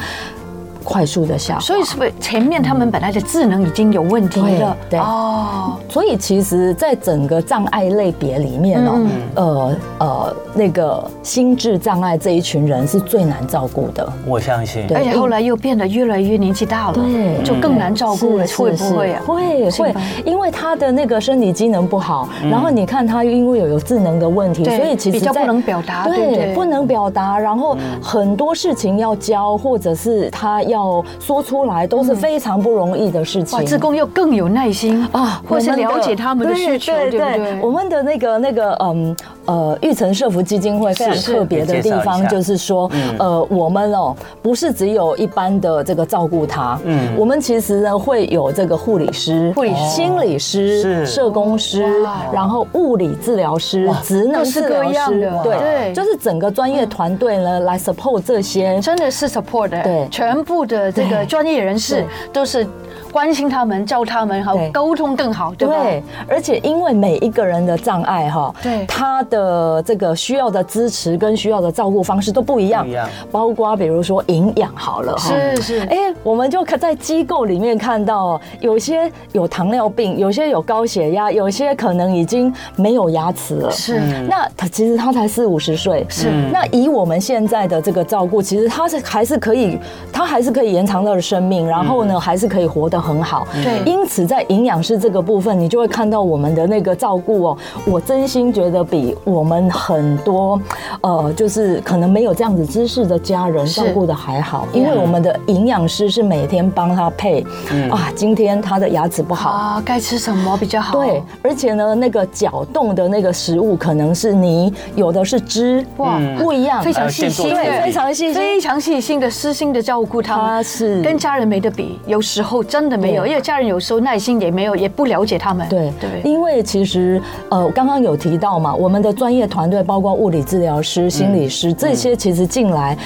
[SPEAKER 3] 快速的下滑，
[SPEAKER 1] 所以是不是前面他们本来的智能已经有问题了？
[SPEAKER 3] 对对
[SPEAKER 1] 哦，
[SPEAKER 3] 所以其实，在整个障碍类别里面
[SPEAKER 1] 嗯
[SPEAKER 3] 哦，呃呃，那个心智障碍这一群人是最难照顾的。
[SPEAKER 2] 我相信。
[SPEAKER 3] 对
[SPEAKER 1] 而且后来又变得越来越年纪大了
[SPEAKER 3] 对，
[SPEAKER 1] 就更难照顾了，
[SPEAKER 3] 是
[SPEAKER 1] 会不会啊？
[SPEAKER 3] 是会
[SPEAKER 1] 是
[SPEAKER 3] 会
[SPEAKER 1] 吧，
[SPEAKER 3] 因为他的那个身体机能不好，然后你看他又因为有有智能的问题，
[SPEAKER 1] 对
[SPEAKER 3] 所以其实
[SPEAKER 1] 比较
[SPEAKER 3] 在
[SPEAKER 1] 不能表达对不
[SPEAKER 3] 对，
[SPEAKER 1] 对
[SPEAKER 3] 不能表达，然后很多事情要教，或者是他要说出来，都是非常不容易的事情。
[SPEAKER 1] 嗯哇，志工又更有耐心啊，或是
[SPEAKER 3] 我们的
[SPEAKER 1] 了解他们的需求，对
[SPEAKER 3] 对
[SPEAKER 1] 不对？
[SPEAKER 3] 我们的那个那个嗯呃，育成社福基金会非常
[SPEAKER 2] 是
[SPEAKER 3] 特别的地
[SPEAKER 2] 可以介绍一下
[SPEAKER 3] 方就是说，
[SPEAKER 1] 嗯
[SPEAKER 3] 呃，我们哦不是只有一般的这个照顾他，嗯，我们其实呢会有这个护理师、
[SPEAKER 1] 护理师
[SPEAKER 3] 心理
[SPEAKER 2] 是
[SPEAKER 3] 师、社工师
[SPEAKER 1] 哇，
[SPEAKER 3] 然后物理治疗师、职能
[SPEAKER 1] 各式
[SPEAKER 3] 治
[SPEAKER 1] 各
[SPEAKER 3] 疗
[SPEAKER 1] 样
[SPEAKER 3] 师
[SPEAKER 1] 的，对
[SPEAKER 3] 对，就是整个专业团队呢来 support 这些
[SPEAKER 1] 真的是 support 的，
[SPEAKER 3] 对
[SPEAKER 1] 全部的这个
[SPEAKER 3] 对
[SPEAKER 1] 专业人士
[SPEAKER 3] 对
[SPEAKER 1] 都是关心他们，教他们，好
[SPEAKER 3] 对
[SPEAKER 1] 沟通更好，对吧？
[SPEAKER 3] 对，而且因为每一个人的障碍哈，
[SPEAKER 1] 对
[SPEAKER 3] 他的这个需要的支持跟需要的照顾方式都不一样，
[SPEAKER 2] 不一样
[SPEAKER 3] 包括比如说营养好了哈。
[SPEAKER 1] 是是，
[SPEAKER 3] 哎、我们就看在机构里面看到，有些有糖尿病，有些有高血压，有些可能已经没有牙齿了。
[SPEAKER 1] 是
[SPEAKER 2] 嗯
[SPEAKER 3] 那他其实他才四五十岁，
[SPEAKER 1] 嗯
[SPEAKER 3] 嗯
[SPEAKER 1] 是
[SPEAKER 3] 那以我们现在的这个照顾，其实他是还是可以，他还是可以延长他的生命，然后呢，还是可以活得很好。
[SPEAKER 1] 嗯
[SPEAKER 3] 嗯
[SPEAKER 1] 对
[SPEAKER 3] 因此在营养师这个部分，你就会看到我们的那个照顾哦，我真心觉得比我们很多，呃，就是可能没有这样子知识的家人
[SPEAKER 1] 是嗯
[SPEAKER 3] 照顾的还好，因为我们的营养师是每天帮他配，啊，今天他的牙齿不好，
[SPEAKER 1] 啊，该吃什么比较好？
[SPEAKER 3] 对，而且呢，那个搅动的那个食物可能是泥，有的是汁，嗯
[SPEAKER 1] 哇
[SPEAKER 3] 哇，不一样，
[SPEAKER 1] 非常
[SPEAKER 2] 呃
[SPEAKER 1] 细
[SPEAKER 2] 先做
[SPEAKER 1] 心
[SPEAKER 2] 处
[SPEAKER 1] 耶，
[SPEAKER 2] 理
[SPEAKER 3] 对，非常细
[SPEAKER 1] 非
[SPEAKER 3] 心。
[SPEAKER 1] 常细心的、私心的照顾他们，
[SPEAKER 3] 他是
[SPEAKER 1] 跟家人没得比，有时候真的没有，
[SPEAKER 3] 对
[SPEAKER 1] 因为家人有时候耐心也没有，也不了解他们。
[SPEAKER 3] 对
[SPEAKER 1] 对，
[SPEAKER 3] 因为其实呃，刚刚有提到嘛，我们的专业团队包括物理治疗师、心理师这些，其实进来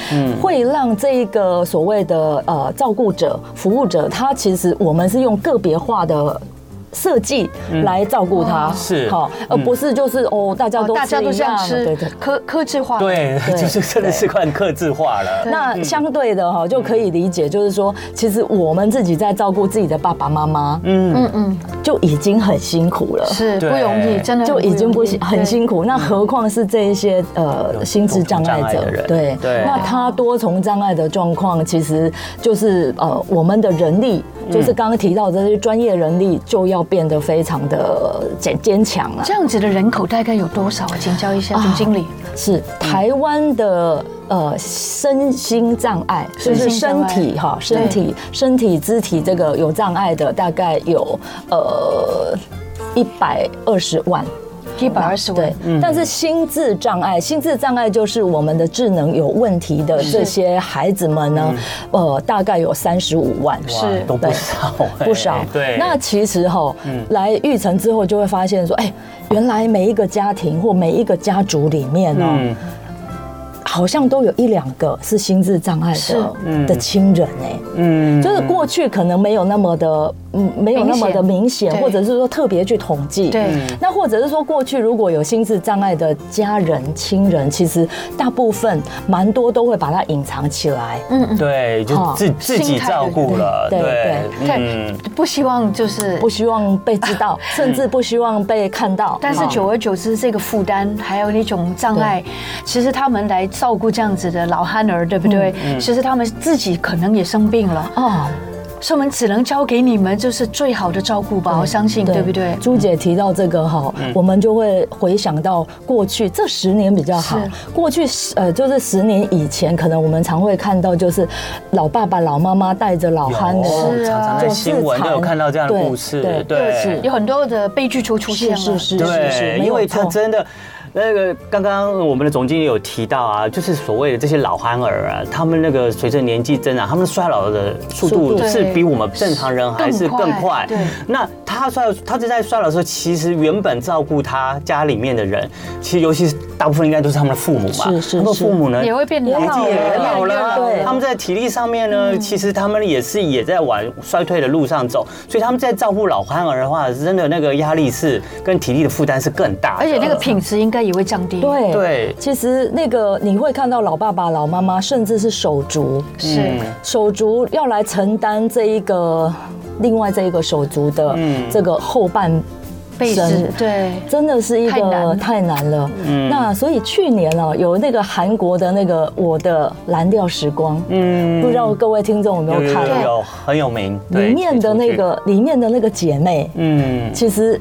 [SPEAKER 3] 会让这一个所谓的呃照顾者、服务者，他其实我们是用个别化的。设计来照顾他，
[SPEAKER 2] 是
[SPEAKER 3] 好，而不嗯是就是哦，大家
[SPEAKER 1] 哦
[SPEAKER 3] 都
[SPEAKER 1] 大家都
[SPEAKER 3] 一
[SPEAKER 1] 这样
[SPEAKER 3] 样
[SPEAKER 1] 吃
[SPEAKER 3] 对对，，
[SPEAKER 1] 科科制化。
[SPEAKER 2] 对，
[SPEAKER 3] 对
[SPEAKER 2] 就是真的是看克制化了。
[SPEAKER 3] 那相对的哈、就可以理解，就是说，其实我们自己在照顾自己的爸爸妈妈，
[SPEAKER 1] 嗯嗯，
[SPEAKER 3] 就已经很辛苦了。
[SPEAKER 1] 是不
[SPEAKER 2] 对
[SPEAKER 1] 容易，真的
[SPEAKER 3] 就已经不辛很
[SPEAKER 1] 苦。
[SPEAKER 3] 辛苦，那何况是这一些
[SPEAKER 2] 有
[SPEAKER 3] 呃心智障碍
[SPEAKER 2] 多重障碍的
[SPEAKER 3] 者
[SPEAKER 2] 人，
[SPEAKER 3] 对
[SPEAKER 2] 对
[SPEAKER 3] 那他多重障碍的状况，其实就是呃我们的人力就是刚刚提到的这些专业人力就要变得非常的坚坚强啊了。
[SPEAKER 1] 这样子的人口大概有多少啊？请教一下总经理。
[SPEAKER 3] 是台湾的呃身心障碍，就是身体哈，身体身体肢体这个有障碍的大概有呃一百二十万。
[SPEAKER 1] 一百二十万
[SPEAKER 3] 对，，
[SPEAKER 2] 嗯
[SPEAKER 3] 但是心智障碍，心智障碍就是我们的智能有问题的这些孩子们呢，呃，大概有三十五万，
[SPEAKER 1] 是
[SPEAKER 2] 嗯哇都不
[SPEAKER 3] 对
[SPEAKER 2] 少、哎
[SPEAKER 3] 不少。
[SPEAKER 2] 对，嗯
[SPEAKER 3] 那其实哈，来育成之后就会发现说，哎，原来每一个家庭或每一个家族里面哦，
[SPEAKER 2] 嗯，
[SPEAKER 3] 好像都有一两个是心智障碍
[SPEAKER 1] 是
[SPEAKER 3] 的的亲人哎，
[SPEAKER 2] 嗯，
[SPEAKER 3] 就是过去可能没有那么的，嗯，没有那么的明显，
[SPEAKER 1] 对
[SPEAKER 3] 或者是说特别去统计，
[SPEAKER 1] 对
[SPEAKER 3] 那或者是说，过去如果有心智障碍的家人、亲人，其实大部分蛮多都会把它隐藏起来。
[SPEAKER 1] 嗯嗯，
[SPEAKER 2] 对，就
[SPEAKER 3] 哦
[SPEAKER 2] 自自己照顾了，
[SPEAKER 3] 心态的
[SPEAKER 2] 对嗯
[SPEAKER 3] 人，
[SPEAKER 1] 对，嗯不希望就是
[SPEAKER 3] 不希望被知道，甚至不希望被看到。
[SPEAKER 1] 嗯但是
[SPEAKER 3] 哦
[SPEAKER 1] 久而久之，这个负担还有那种障碍，其实他们来照顾这样子的老汉儿，对不对？
[SPEAKER 3] 嗯
[SPEAKER 1] 其实他们自己可能也生病了，
[SPEAKER 3] 哦，
[SPEAKER 1] 所以我们只能交给你们，就是最好的照顾吧。我相信，对不对？
[SPEAKER 3] 朱姐提到这个哈，
[SPEAKER 2] 嗯
[SPEAKER 3] 我们就会回想到过去这十年比较好
[SPEAKER 1] 是。
[SPEAKER 3] 过去十呃，就是十年以前，可能我们常会看到，就是老爸爸、老妈妈带着老憨
[SPEAKER 2] 有哦
[SPEAKER 1] 是
[SPEAKER 3] 儿
[SPEAKER 1] 啊
[SPEAKER 2] 常常在
[SPEAKER 1] 做
[SPEAKER 2] 新闻
[SPEAKER 3] 市
[SPEAKER 2] 都
[SPEAKER 3] 场
[SPEAKER 2] 有看到这样的故事
[SPEAKER 3] 对，
[SPEAKER 2] 对，
[SPEAKER 1] 有很多的悲剧就出现
[SPEAKER 3] 是
[SPEAKER 1] 了，
[SPEAKER 3] 是是是是，
[SPEAKER 2] 对，
[SPEAKER 3] 没
[SPEAKER 2] 因为
[SPEAKER 3] 有
[SPEAKER 2] 他
[SPEAKER 3] 错。
[SPEAKER 2] 真的。那个刚刚我们的总经理有提到啊，就是所谓的这些老憨儿啊，他们那个随着年纪增长，他们衰老的速
[SPEAKER 3] 速
[SPEAKER 2] 度
[SPEAKER 1] 度
[SPEAKER 2] 是比我们正常人还是更
[SPEAKER 1] 更
[SPEAKER 2] 快
[SPEAKER 1] 快对。
[SPEAKER 2] 那他衰老，他正在衰老的时候，其实原本照顾他家里面的人，其实尤其是大部分应该都是他们的父母嘛。
[SPEAKER 3] 是是
[SPEAKER 2] 他们
[SPEAKER 3] 是
[SPEAKER 2] 父母呢
[SPEAKER 1] 也会变
[SPEAKER 3] 也
[SPEAKER 1] 老，
[SPEAKER 2] 年纪也老
[SPEAKER 1] 越来
[SPEAKER 2] 了，
[SPEAKER 1] 越
[SPEAKER 3] 对
[SPEAKER 2] 他们在体力上面呢，其实他们也是也在往衰退的路上走，所以他们在照顾老憨儿的话，真的那个压力是跟体力的负担是更大的，
[SPEAKER 1] 而且那个品质应该也会降低。，
[SPEAKER 3] 对
[SPEAKER 2] 对
[SPEAKER 3] 其实那个你会看到老爸爸、老妈妈，甚至是手足，
[SPEAKER 1] 是
[SPEAKER 2] 嗯
[SPEAKER 3] 手足要来承担这一个另外这一个手足的
[SPEAKER 2] 嗯
[SPEAKER 3] 这个后半
[SPEAKER 1] 被
[SPEAKER 3] 生
[SPEAKER 1] 子，对。
[SPEAKER 3] 真的是一
[SPEAKER 1] 太
[SPEAKER 3] 个
[SPEAKER 1] 难
[SPEAKER 3] 太难了。
[SPEAKER 2] 嗯
[SPEAKER 3] 那所以去年哦，有那个韩国的那个《我的蓝调时光》，
[SPEAKER 2] 嗯
[SPEAKER 3] 不知道各位听众有没
[SPEAKER 2] 有
[SPEAKER 3] 有
[SPEAKER 2] 有
[SPEAKER 3] 看
[SPEAKER 2] 有
[SPEAKER 3] 到？
[SPEAKER 2] 有很有名，对
[SPEAKER 3] 里面的那，个里面的那个姐妹，
[SPEAKER 2] 嗯，
[SPEAKER 3] 其实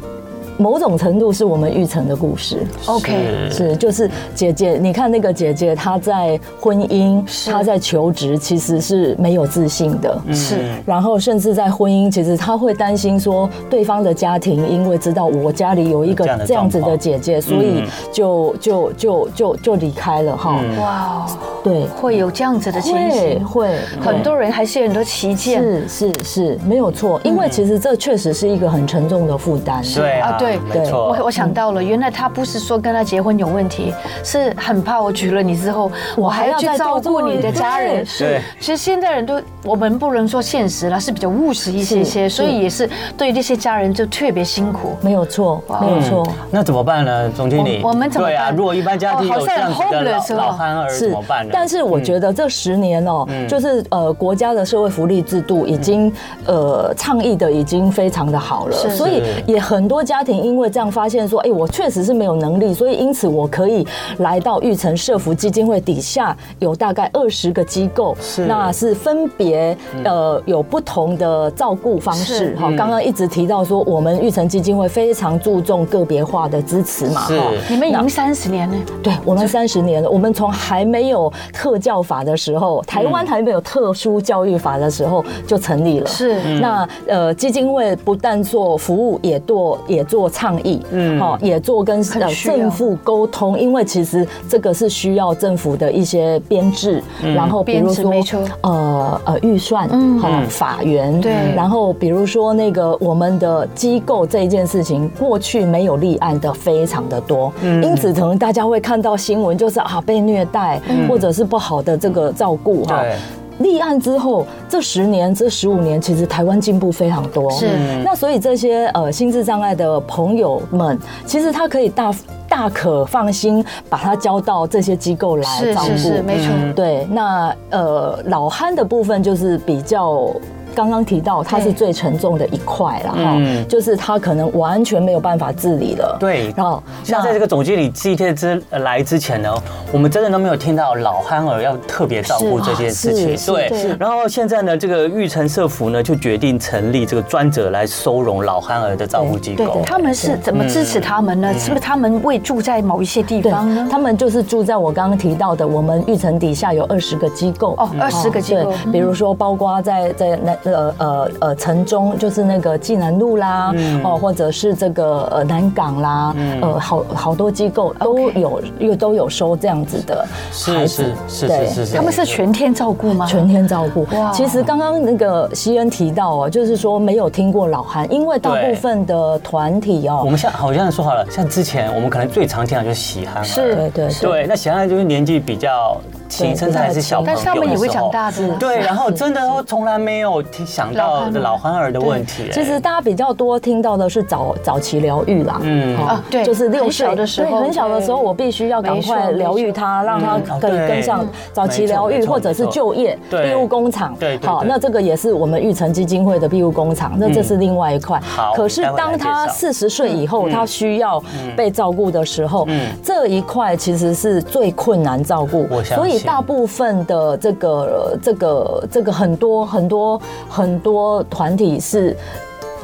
[SPEAKER 3] 某种程度是我们玉成的故事。
[SPEAKER 1] OK，
[SPEAKER 3] 是，就是姐姐，你看那个姐姐，她在婚姻，
[SPEAKER 1] 是
[SPEAKER 3] 她在求职，其实是没有自信的。
[SPEAKER 1] 是
[SPEAKER 3] 然后，甚至在婚姻，其实她会担心说，对方的家庭，因为知道我家里有一个
[SPEAKER 2] 这样的
[SPEAKER 3] 这样子
[SPEAKER 2] 状况
[SPEAKER 3] 的
[SPEAKER 2] 嗯
[SPEAKER 3] 姐姐，所以就就就就就离开了哈。
[SPEAKER 1] 哇，
[SPEAKER 3] 对，
[SPEAKER 1] 会有这样子的情
[SPEAKER 3] 会
[SPEAKER 1] 形，
[SPEAKER 3] 会
[SPEAKER 1] 很多人还是有很多旗舰，
[SPEAKER 3] 是是是没有错，因为其实这确实是一个很沉重的负担。
[SPEAKER 2] 嗯对啊，
[SPEAKER 1] 啊对
[SPEAKER 2] 没错，
[SPEAKER 1] 我我想到了，原来他不是说跟他结婚有问题，是很怕我娶了你之后，我还要去照顾你的家人。
[SPEAKER 2] 对
[SPEAKER 1] 是，其实现代人都，我们不能说现实了，是比较务实一些些，
[SPEAKER 3] 是
[SPEAKER 1] 所以也是对这些家人就特别辛苦。
[SPEAKER 3] 没有错，没
[SPEAKER 2] 嗯
[SPEAKER 3] 有错。
[SPEAKER 2] 那怎么办呢，总经理？
[SPEAKER 1] 我我们怎么
[SPEAKER 2] 对啊，
[SPEAKER 1] 办
[SPEAKER 2] 如果一般家庭
[SPEAKER 1] 哦好
[SPEAKER 2] 有这
[SPEAKER 1] 像
[SPEAKER 2] 样子的
[SPEAKER 1] homeless
[SPEAKER 2] 老
[SPEAKER 1] 哦
[SPEAKER 2] 老憨儿怎
[SPEAKER 3] 是
[SPEAKER 2] 么办呢？，嗯
[SPEAKER 3] 但是我觉得这十年哦、就是呃，国家的社会福利制度已经、呃倡议的已经非常的好了，
[SPEAKER 1] 是
[SPEAKER 3] 所以也很多家庭因为这样发现说，哎、我确实是没有能力，所以因此我可以来到育成社福基金会底下有大概二十个机构，
[SPEAKER 2] 是嗯
[SPEAKER 3] 那是分别、呃有不同的照顾方式
[SPEAKER 1] 是
[SPEAKER 3] 哈。刚刚、一直提到说，我们育成基金会非常注重个别化的支持嘛
[SPEAKER 2] 是
[SPEAKER 3] 哈。
[SPEAKER 1] 你们已经三十年了，
[SPEAKER 3] 对我们三十年了，我们从还没有特教法的时候，台湾还没有特殊教育法的时候就成立了。
[SPEAKER 1] 是
[SPEAKER 3] 那呃，基金会不但做服务，也做也做倡议，嗯，好，也做跟
[SPEAKER 1] 很
[SPEAKER 3] 呃
[SPEAKER 1] 需要
[SPEAKER 3] 政府沟通，因为其实这个是需要政府的一些编制，然后比
[SPEAKER 1] 编
[SPEAKER 3] 如
[SPEAKER 1] 制
[SPEAKER 3] 说
[SPEAKER 1] 没错
[SPEAKER 3] 呃呃预算，嗯，好法源，嗯
[SPEAKER 1] 对
[SPEAKER 3] 然后比如说那个我们的机构这一件事情，过去没有立案的非常的多，因此可能大家会看到新闻就是啊被虐待或者是不好的这个照顾哈
[SPEAKER 2] 对。
[SPEAKER 3] 立案之后，这十年、这十五年，其实台湾进步非常多。
[SPEAKER 1] 是嗯
[SPEAKER 3] 那所以这些呃心智障碍的朋友们，其实他可以大大可放心把他交到这些机构来
[SPEAKER 1] 是
[SPEAKER 3] 照顾。嗯
[SPEAKER 1] 是是，没错。
[SPEAKER 3] 对，那呃，老憨的部分就是比较刚刚提到它是最沉重的一块了哈
[SPEAKER 2] 嗯，
[SPEAKER 3] 就是它可能完全没有办法自理了。
[SPEAKER 2] 对
[SPEAKER 3] 然后
[SPEAKER 2] 像在这个总经理季贴之呃来之前呢，我们真的都没有听到老憨儿要特别照顾
[SPEAKER 1] 是
[SPEAKER 2] 这件事
[SPEAKER 3] 是
[SPEAKER 2] 情。
[SPEAKER 3] 是
[SPEAKER 2] 对
[SPEAKER 1] 是，
[SPEAKER 2] 然后现在呢，这个玉成社服呢就决定成立这个专责来收容老憨儿的照顾机
[SPEAKER 1] 对
[SPEAKER 2] 构。
[SPEAKER 1] 他们是怎么支持他们呢？是不是他们为住在某一些地
[SPEAKER 3] 嗯对
[SPEAKER 1] 方呢？，
[SPEAKER 3] 他们就是住在我刚刚提到的，我们育成底下有二十个机构
[SPEAKER 1] 哦20个机构
[SPEAKER 3] 对
[SPEAKER 1] 嗯
[SPEAKER 3] 比如说包括在在南呃呃呃城中，就是那个济南路啦，
[SPEAKER 1] 嗯
[SPEAKER 3] 哦，或者是这个呃南港啦，呃，好好多机构都
[SPEAKER 1] OK
[SPEAKER 3] 有又都有收这样子的孩
[SPEAKER 2] 是
[SPEAKER 3] 子
[SPEAKER 2] 是，是
[SPEAKER 3] 对
[SPEAKER 2] 是是是，
[SPEAKER 1] 他们是全天照顾吗？
[SPEAKER 3] 全天照顾
[SPEAKER 1] 哇。
[SPEAKER 3] 其实刚刚那个西恩提到哦，就是说没有听过老韩，因为大
[SPEAKER 2] 对
[SPEAKER 3] 部分的团体
[SPEAKER 2] 我
[SPEAKER 3] 哦，
[SPEAKER 2] 们像好像说好了，像之前我们可能最常听到就是喜憨儿，
[SPEAKER 1] 是
[SPEAKER 3] 对对是
[SPEAKER 2] 对，那喜憨儿就是年纪比较轻，
[SPEAKER 3] 对
[SPEAKER 2] 甚至还是小朋友
[SPEAKER 1] 但
[SPEAKER 2] 的
[SPEAKER 1] 是
[SPEAKER 2] 时候，
[SPEAKER 1] 他们也会长大的啦。
[SPEAKER 2] 对，然后真的都从来没有听想
[SPEAKER 1] 老
[SPEAKER 2] 到
[SPEAKER 1] 憨儿
[SPEAKER 2] 老憨儿的问题。
[SPEAKER 3] 其实大家比较多听到的是早早期疗愈啦，
[SPEAKER 2] 嗯
[SPEAKER 3] 哦
[SPEAKER 1] 啊对
[SPEAKER 3] 就是六
[SPEAKER 1] 很小
[SPEAKER 3] 岁
[SPEAKER 1] 的时候
[SPEAKER 3] 对很小的时候
[SPEAKER 1] 对
[SPEAKER 3] 我必须要赶
[SPEAKER 1] 没
[SPEAKER 3] 快
[SPEAKER 1] 错
[SPEAKER 3] 疗愈他，让他
[SPEAKER 2] 嗯
[SPEAKER 3] 可以
[SPEAKER 2] 对
[SPEAKER 3] 跟上
[SPEAKER 2] 嗯
[SPEAKER 3] 早期疗
[SPEAKER 2] 没
[SPEAKER 3] 愈
[SPEAKER 2] 错
[SPEAKER 3] 或者是就业
[SPEAKER 2] 没错对
[SPEAKER 3] 庇护工厂，
[SPEAKER 2] 对对
[SPEAKER 3] 好，
[SPEAKER 2] 对嗯
[SPEAKER 3] 那这个也是我们育成基金会的庇护工厂，那这是另外一块。
[SPEAKER 2] 好
[SPEAKER 3] 可是
[SPEAKER 2] 待会来
[SPEAKER 3] 当他
[SPEAKER 2] 介绍
[SPEAKER 3] 四十岁以后，
[SPEAKER 2] 嗯
[SPEAKER 3] 他需要被照顾的时候
[SPEAKER 2] 嗯，
[SPEAKER 3] 这一块其实是最困难照顾
[SPEAKER 2] 我，相信
[SPEAKER 3] 所以大部分的这个呃这个这个很多很多很多团体是。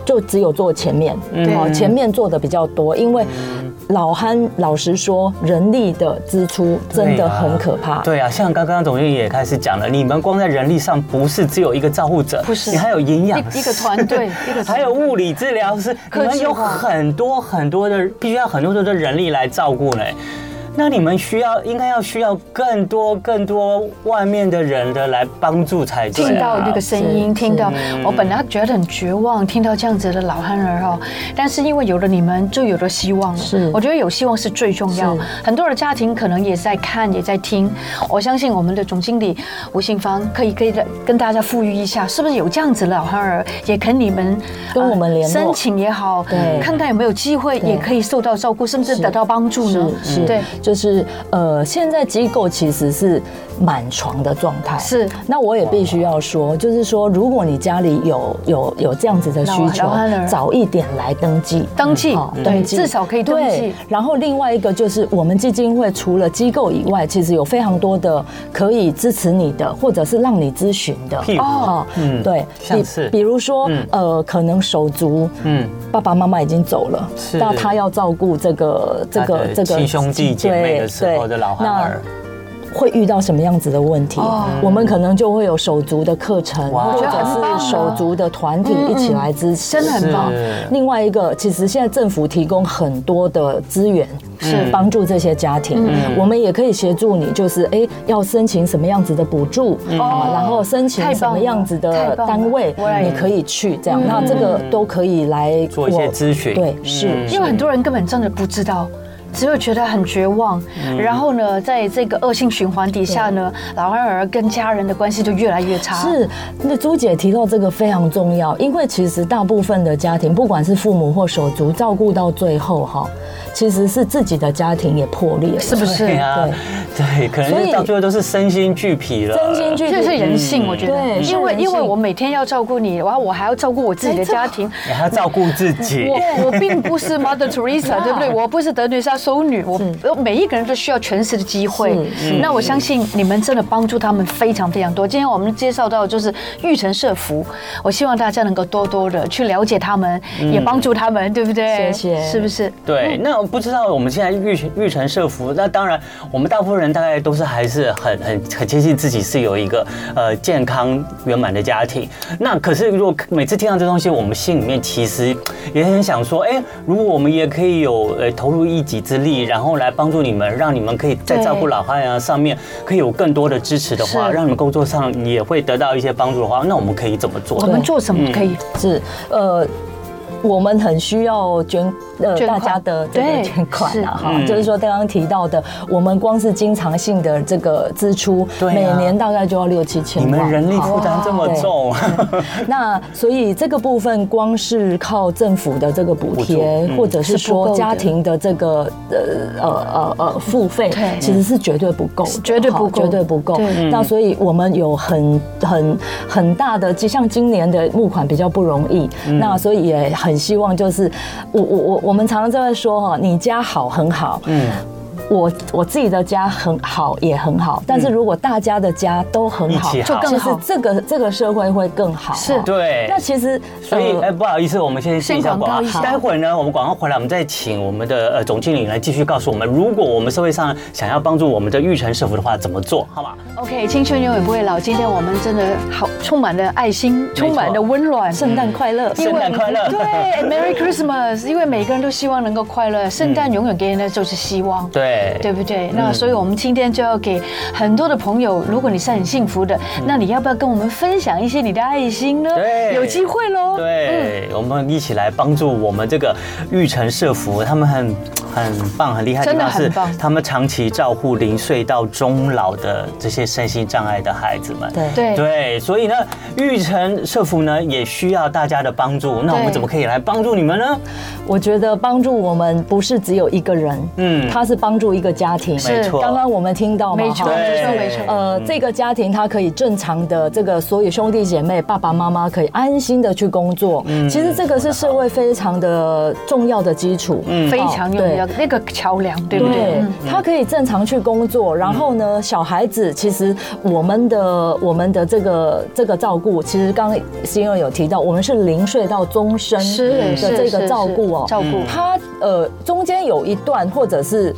[SPEAKER 3] 就只有做前面，哦，前面做的比较多，因为老憨老实说，人力的支出真的很可怕。
[SPEAKER 2] 对啊，像刚刚总经理也开始讲了，你们光在人力上不是只有一个照顾者，
[SPEAKER 1] 不是
[SPEAKER 2] 你还有营养
[SPEAKER 1] 一
[SPEAKER 2] 师
[SPEAKER 1] 一个团 队，一个团队
[SPEAKER 2] 还有物理治疗师，你
[SPEAKER 1] 科技化
[SPEAKER 2] 们有很多很多的，必须要很多很多的人力来照顾呢。那你们需要应该要需要更多更多外面的人的来帮助才对、啊。
[SPEAKER 1] 听到那个声音，
[SPEAKER 3] 是
[SPEAKER 1] 听到我本来觉得很绝望，听到这样子的老汉人哦，但是因为有了你们，就有了希望了。
[SPEAKER 3] 是
[SPEAKER 1] 我觉得有希望是最重要
[SPEAKER 3] 是。
[SPEAKER 1] 很多的家庭可能也在看，也在听。我相信我们的总经理吴信芳可以可以跟大家呼吁一下，是不是有这样子的老汉儿，也跟你们
[SPEAKER 3] 跟
[SPEAKER 1] 呃
[SPEAKER 3] 我们联络
[SPEAKER 1] 申请也好，
[SPEAKER 3] 对
[SPEAKER 1] 看看有没有机会
[SPEAKER 3] 对
[SPEAKER 1] 也可以受到照顾，甚至得到帮助呢？
[SPEAKER 3] 是是，
[SPEAKER 1] 对，
[SPEAKER 3] 就是呃，现在机构其实是满床的状态。
[SPEAKER 1] 是
[SPEAKER 3] 那我也必须要说，就是说，如果你家里有有有这样子的需求
[SPEAKER 1] 老老汉人，
[SPEAKER 3] 早一点来登记。
[SPEAKER 1] 登记
[SPEAKER 3] 哦，
[SPEAKER 1] 对，
[SPEAKER 3] 登记
[SPEAKER 1] 至少可以登
[SPEAKER 3] 对
[SPEAKER 1] 记。，
[SPEAKER 3] 然后另外一个就是我们基金会除了机构以外，其实有非常多的可以支持你的，或者是让你咨询的。
[SPEAKER 2] 譬如
[SPEAKER 3] 哦，
[SPEAKER 2] 嗯
[SPEAKER 3] 对，
[SPEAKER 2] 像是
[SPEAKER 3] 比比如说
[SPEAKER 2] 嗯
[SPEAKER 3] 呃，可能手足，
[SPEAKER 2] 嗯，
[SPEAKER 3] 爸爸妈妈已经走了
[SPEAKER 2] 是，
[SPEAKER 3] 那他要照顾这个这
[SPEAKER 2] 他
[SPEAKER 3] 个
[SPEAKER 2] 的
[SPEAKER 3] 这个
[SPEAKER 2] 啊亲兄弟姐妹的时候的老啊憨儿，，
[SPEAKER 3] 对对会遇到什么样子的问题
[SPEAKER 1] 哦？
[SPEAKER 3] 我们可能就会有手足的课程，
[SPEAKER 2] 哇
[SPEAKER 3] 或
[SPEAKER 2] 我觉
[SPEAKER 3] 者
[SPEAKER 2] 得
[SPEAKER 1] 很棒啊
[SPEAKER 3] 是手足的团体一起来支持，
[SPEAKER 1] 嗯真的很棒
[SPEAKER 2] 是
[SPEAKER 3] 另外一个，其实现在政府提供很多的资源，
[SPEAKER 1] 是嗯
[SPEAKER 3] 帮助这些家庭。我们也可以协助你，就是哎，要申请什么样子的补助，啊然后申请
[SPEAKER 1] 太
[SPEAKER 3] 什
[SPEAKER 1] 棒了
[SPEAKER 3] 么样子
[SPEAKER 1] 嗯哦太
[SPEAKER 3] 的
[SPEAKER 1] 棒了
[SPEAKER 3] 单位
[SPEAKER 1] 我来，嗯
[SPEAKER 3] 你可以去这样。那这个都可以来
[SPEAKER 2] 做一些
[SPEAKER 3] 我
[SPEAKER 2] 咨询
[SPEAKER 3] 对，
[SPEAKER 2] 嗯
[SPEAKER 3] 是
[SPEAKER 1] 因为很多人根本真的不知道。只有觉得很绝望，
[SPEAKER 2] 嗯
[SPEAKER 1] 然后呢，在这个恶性循环底下呢，老二儿跟家人的关系就越来越差。，
[SPEAKER 3] 是，那朱姐提到这个非常重要，因为其实大部分的家庭，不管是父母或手足，照顾到最后哈，其实是自己的家庭也破裂了，
[SPEAKER 1] 是不是
[SPEAKER 2] 对啊，对，可
[SPEAKER 3] 所
[SPEAKER 2] 能
[SPEAKER 3] 以
[SPEAKER 2] 是到最后都是身心俱疲了。
[SPEAKER 3] 真心。具
[SPEAKER 1] 这是人
[SPEAKER 2] 嗯
[SPEAKER 1] 性，我觉得，
[SPEAKER 3] 对是
[SPEAKER 1] 因为
[SPEAKER 3] 人性
[SPEAKER 1] 因为我每天要照顾你，然后我还要照顾我自己的家庭。
[SPEAKER 2] 你还要照顾自 己。
[SPEAKER 1] 我我并不是 Mother Teresa，对不对？我不是德女莎修女，我我每一个人都需要全时的机会。那我相信你们真的帮助他们非常非常多。今天我们介绍到就是玉成社服，我希望大家能够多多的去了解他们，也帮助他们，对不对？
[SPEAKER 3] 谢谢
[SPEAKER 1] 是不是？
[SPEAKER 2] 嗯对，那我不知道我们现在育成育成社服，那当然我们大部分人大概都是还是很很很坚信自己是有一个呃健康圆满的家庭。那可是如果每次听到这东西，我们心里面其实也很想说，哎，如果我们也可以有呃投入一己之力，然后来帮助你们，让你们可以在
[SPEAKER 1] 对
[SPEAKER 2] 照顾老汉啊上面可以有更多的支持的话，
[SPEAKER 1] 是
[SPEAKER 2] 让你们工作上也会得到一些帮助的话，那我们可以怎么做
[SPEAKER 1] 我？们做什么可以？
[SPEAKER 3] 是呃。我们很需要捐呃
[SPEAKER 1] 捐
[SPEAKER 3] 大
[SPEAKER 1] 款
[SPEAKER 3] 家的这个
[SPEAKER 1] 对
[SPEAKER 3] 捐款啊，
[SPEAKER 1] 是
[SPEAKER 3] 哈，
[SPEAKER 2] 嗯
[SPEAKER 3] 就是说刚刚提到的，我们光是经常性的这个支出，
[SPEAKER 2] 对啊
[SPEAKER 3] 每年大概就要六七千
[SPEAKER 2] 你
[SPEAKER 3] 万。
[SPEAKER 2] 们人力
[SPEAKER 3] 哈
[SPEAKER 2] 负担这么重，
[SPEAKER 3] 那所以这个部分光是靠政府的这个补贴
[SPEAKER 2] 补，助嗯
[SPEAKER 3] 或者是
[SPEAKER 1] 是不够
[SPEAKER 3] 说
[SPEAKER 1] 的
[SPEAKER 3] 家庭的这个呃呃呃呃付费
[SPEAKER 1] 对，
[SPEAKER 3] 其实是绝对不够的，
[SPEAKER 1] 绝对不
[SPEAKER 3] 哈
[SPEAKER 1] 够
[SPEAKER 3] 绝对不够
[SPEAKER 1] 对。
[SPEAKER 2] 嗯
[SPEAKER 3] 那所以我们有很很很大的，就像今年的募款比较不容易，
[SPEAKER 2] 嗯
[SPEAKER 3] 那所以也很希望就是我我我我们常常在说哈，你家好很好，
[SPEAKER 2] 嗯，
[SPEAKER 3] 我我自己的家很好也很好，但是如果大家的家都很好
[SPEAKER 2] 嗯一起，好
[SPEAKER 1] 就
[SPEAKER 3] 其
[SPEAKER 1] 更
[SPEAKER 3] 实
[SPEAKER 1] 好
[SPEAKER 3] 这个这个社会会更好。
[SPEAKER 1] 是
[SPEAKER 2] 对
[SPEAKER 3] 那。其实
[SPEAKER 2] 哎所以，哎，
[SPEAKER 3] 呃
[SPEAKER 2] 不好意思，我们先试一下
[SPEAKER 1] 先广告
[SPEAKER 2] 广
[SPEAKER 1] 一
[SPEAKER 2] 告。
[SPEAKER 1] 下
[SPEAKER 2] 待会儿呢，我们广告回来，我们再请我们的呃总经理来继续告诉我们，如果我们社会上想要帮助我们的育成社福的话，怎么做，好吧？
[SPEAKER 1] OK，青春永远不会老。今天我们真的好充满了爱心，充满了温暖。
[SPEAKER 3] 圣诞快乐，
[SPEAKER 1] 因为
[SPEAKER 2] 嗯圣诞快乐
[SPEAKER 1] 对，Merry Christmas！因为每个人都希望能够快乐，圣诞
[SPEAKER 2] 嗯
[SPEAKER 1] 永远给人的就是希望。
[SPEAKER 2] 对，
[SPEAKER 1] 对不对？那所以，我们今天就要给很多的朋友，如果你是很幸福的，那你要不要跟我们分享一些你的爱心呢？
[SPEAKER 2] 对
[SPEAKER 1] 有机会嗯喽。
[SPEAKER 2] 对，我们一起来帮助我们这个育成社服，他们很很棒、很厉害的地方
[SPEAKER 1] 真的
[SPEAKER 2] 是
[SPEAKER 1] 很棒，
[SPEAKER 2] 他们长期照顾零岁到中老的这些身心障碍的孩子们。
[SPEAKER 3] 对
[SPEAKER 1] 对
[SPEAKER 2] 对，所以呢，育成社服呢也需要大家的帮助。那我们
[SPEAKER 1] 对
[SPEAKER 2] 怎么可以来帮助你们呢？
[SPEAKER 3] 我觉得帮助我们不是只有一个人，
[SPEAKER 2] 嗯
[SPEAKER 3] 嗯，他是帮助一个家庭。
[SPEAKER 1] 是
[SPEAKER 2] 没错，嗯
[SPEAKER 3] 刚刚我们听到嘛，
[SPEAKER 1] 没错，
[SPEAKER 3] 哈
[SPEAKER 2] 对
[SPEAKER 1] 没错，没错。
[SPEAKER 3] 呃，这个家庭他可以正常的这个所有兄弟姐妹、爸爸妈妈可以安心的去工作。
[SPEAKER 2] 嗯
[SPEAKER 3] 其实这个是社会非常的重要的基础。嗯，
[SPEAKER 1] 非常重要，那个桥梁，对不对？
[SPEAKER 3] 对
[SPEAKER 1] 嗯，
[SPEAKER 3] 他可以正常去工作，然后呢，小孩子其实我们的我们的这个这个照顾，其实刚刚新佑有提到，我们是零岁到终身
[SPEAKER 1] 是
[SPEAKER 3] 的
[SPEAKER 1] 是
[SPEAKER 3] 这
[SPEAKER 1] 是
[SPEAKER 3] 个照顾哦
[SPEAKER 1] 是，照顾。
[SPEAKER 3] 他呃中间有一段或者是。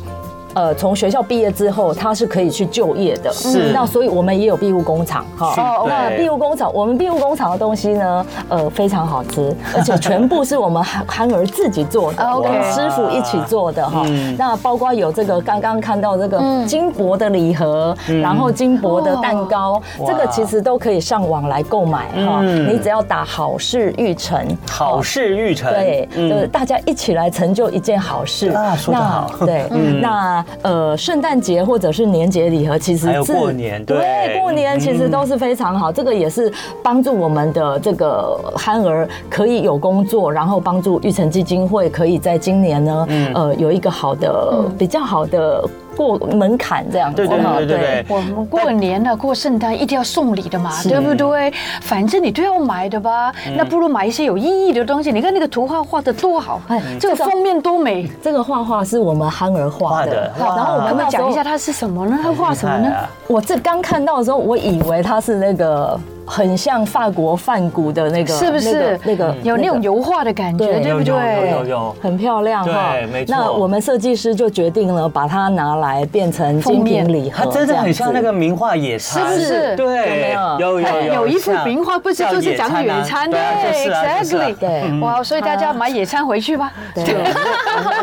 [SPEAKER 3] 呃，从学校毕业之后，他是可以去就业的。
[SPEAKER 2] 是
[SPEAKER 3] 那所以我们也有庇护工厂
[SPEAKER 2] 是
[SPEAKER 1] 哦
[SPEAKER 3] 哈。
[SPEAKER 2] 对
[SPEAKER 3] 那庇护工厂，我们庇护工厂的东西呢，呃，非常好 吃，而且全部是我们憨憨儿自己做的，
[SPEAKER 1] OK
[SPEAKER 3] 跟师傅一起做的哈
[SPEAKER 2] 嗯。
[SPEAKER 3] 那包括有这个刚刚看到这个金箔的礼盒，
[SPEAKER 2] 嗯
[SPEAKER 3] 然后金箔的蛋糕，这
[SPEAKER 2] 哇
[SPEAKER 3] 个其实都可以上网来购买哈。
[SPEAKER 2] 哦嗯
[SPEAKER 3] 你只要打好事育成，
[SPEAKER 2] 好事育成，
[SPEAKER 3] 对，
[SPEAKER 2] 嗯
[SPEAKER 3] 就是大家一起来成就一件好事。
[SPEAKER 2] 啊说得好嗯
[SPEAKER 3] 那对，那呃，圣诞节或者是年节礼盒，其实
[SPEAKER 2] 还哎有
[SPEAKER 3] 自
[SPEAKER 2] 过年对嗯
[SPEAKER 3] 对，过年其实都是非常好。这个也是帮助我们的这个憨儿可以有工作，然后帮助育成基金会可以在今年呢，
[SPEAKER 2] 嗯
[SPEAKER 3] 呃，有一个好的、
[SPEAKER 1] 嗯
[SPEAKER 3] 比较好的过门槛这样子。
[SPEAKER 2] 对对对对对对。
[SPEAKER 1] 我们过年了，过圣诞一定要送礼的嘛，
[SPEAKER 3] 是
[SPEAKER 1] 对不对？反正你都要买的吧，那不如买一些有意义的东西。你看那个图画画的多好，
[SPEAKER 3] 哎
[SPEAKER 1] 这个
[SPEAKER 3] 这个
[SPEAKER 1] 封面多美。
[SPEAKER 3] 这个画画是我们憨儿画的，
[SPEAKER 2] 画的哇
[SPEAKER 3] 然后我
[SPEAKER 1] 我
[SPEAKER 3] 们
[SPEAKER 1] 们
[SPEAKER 3] 那时
[SPEAKER 1] 讲
[SPEAKER 3] 候
[SPEAKER 1] 一下它是什么呢？它画什么
[SPEAKER 2] 厉
[SPEAKER 1] 呢
[SPEAKER 2] 害？啊
[SPEAKER 3] 我这刚看到的时候，我以为它是那个很像法国梵谷的那个，
[SPEAKER 1] 是不是
[SPEAKER 3] 那个那个
[SPEAKER 1] 有那种
[SPEAKER 3] 个
[SPEAKER 1] 油画的感觉，
[SPEAKER 3] 对
[SPEAKER 1] 对
[SPEAKER 2] 有
[SPEAKER 1] 不
[SPEAKER 2] 有有有
[SPEAKER 1] 对？
[SPEAKER 2] 有。
[SPEAKER 3] 很漂亮哈？
[SPEAKER 2] 对没错
[SPEAKER 3] 那我们设计师就决定了把它拿来变成精品礼盒，
[SPEAKER 2] 它真的很像那
[SPEAKER 3] 这样
[SPEAKER 2] 个名画野餐，
[SPEAKER 1] 是不是
[SPEAKER 2] 对，有有
[SPEAKER 3] 有
[SPEAKER 2] 有
[SPEAKER 1] 哎有一幅名画，不是就是讲野餐
[SPEAKER 2] 对
[SPEAKER 1] 对
[SPEAKER 2] 啊，就是啊，就是啊
[SPEAKER 1] ，exactly，
[SPEAKER 3] 对嗯
[SPEAKER 1] 哇，所以大家买野餐回去吧。
[SPEAKER 3] 子。对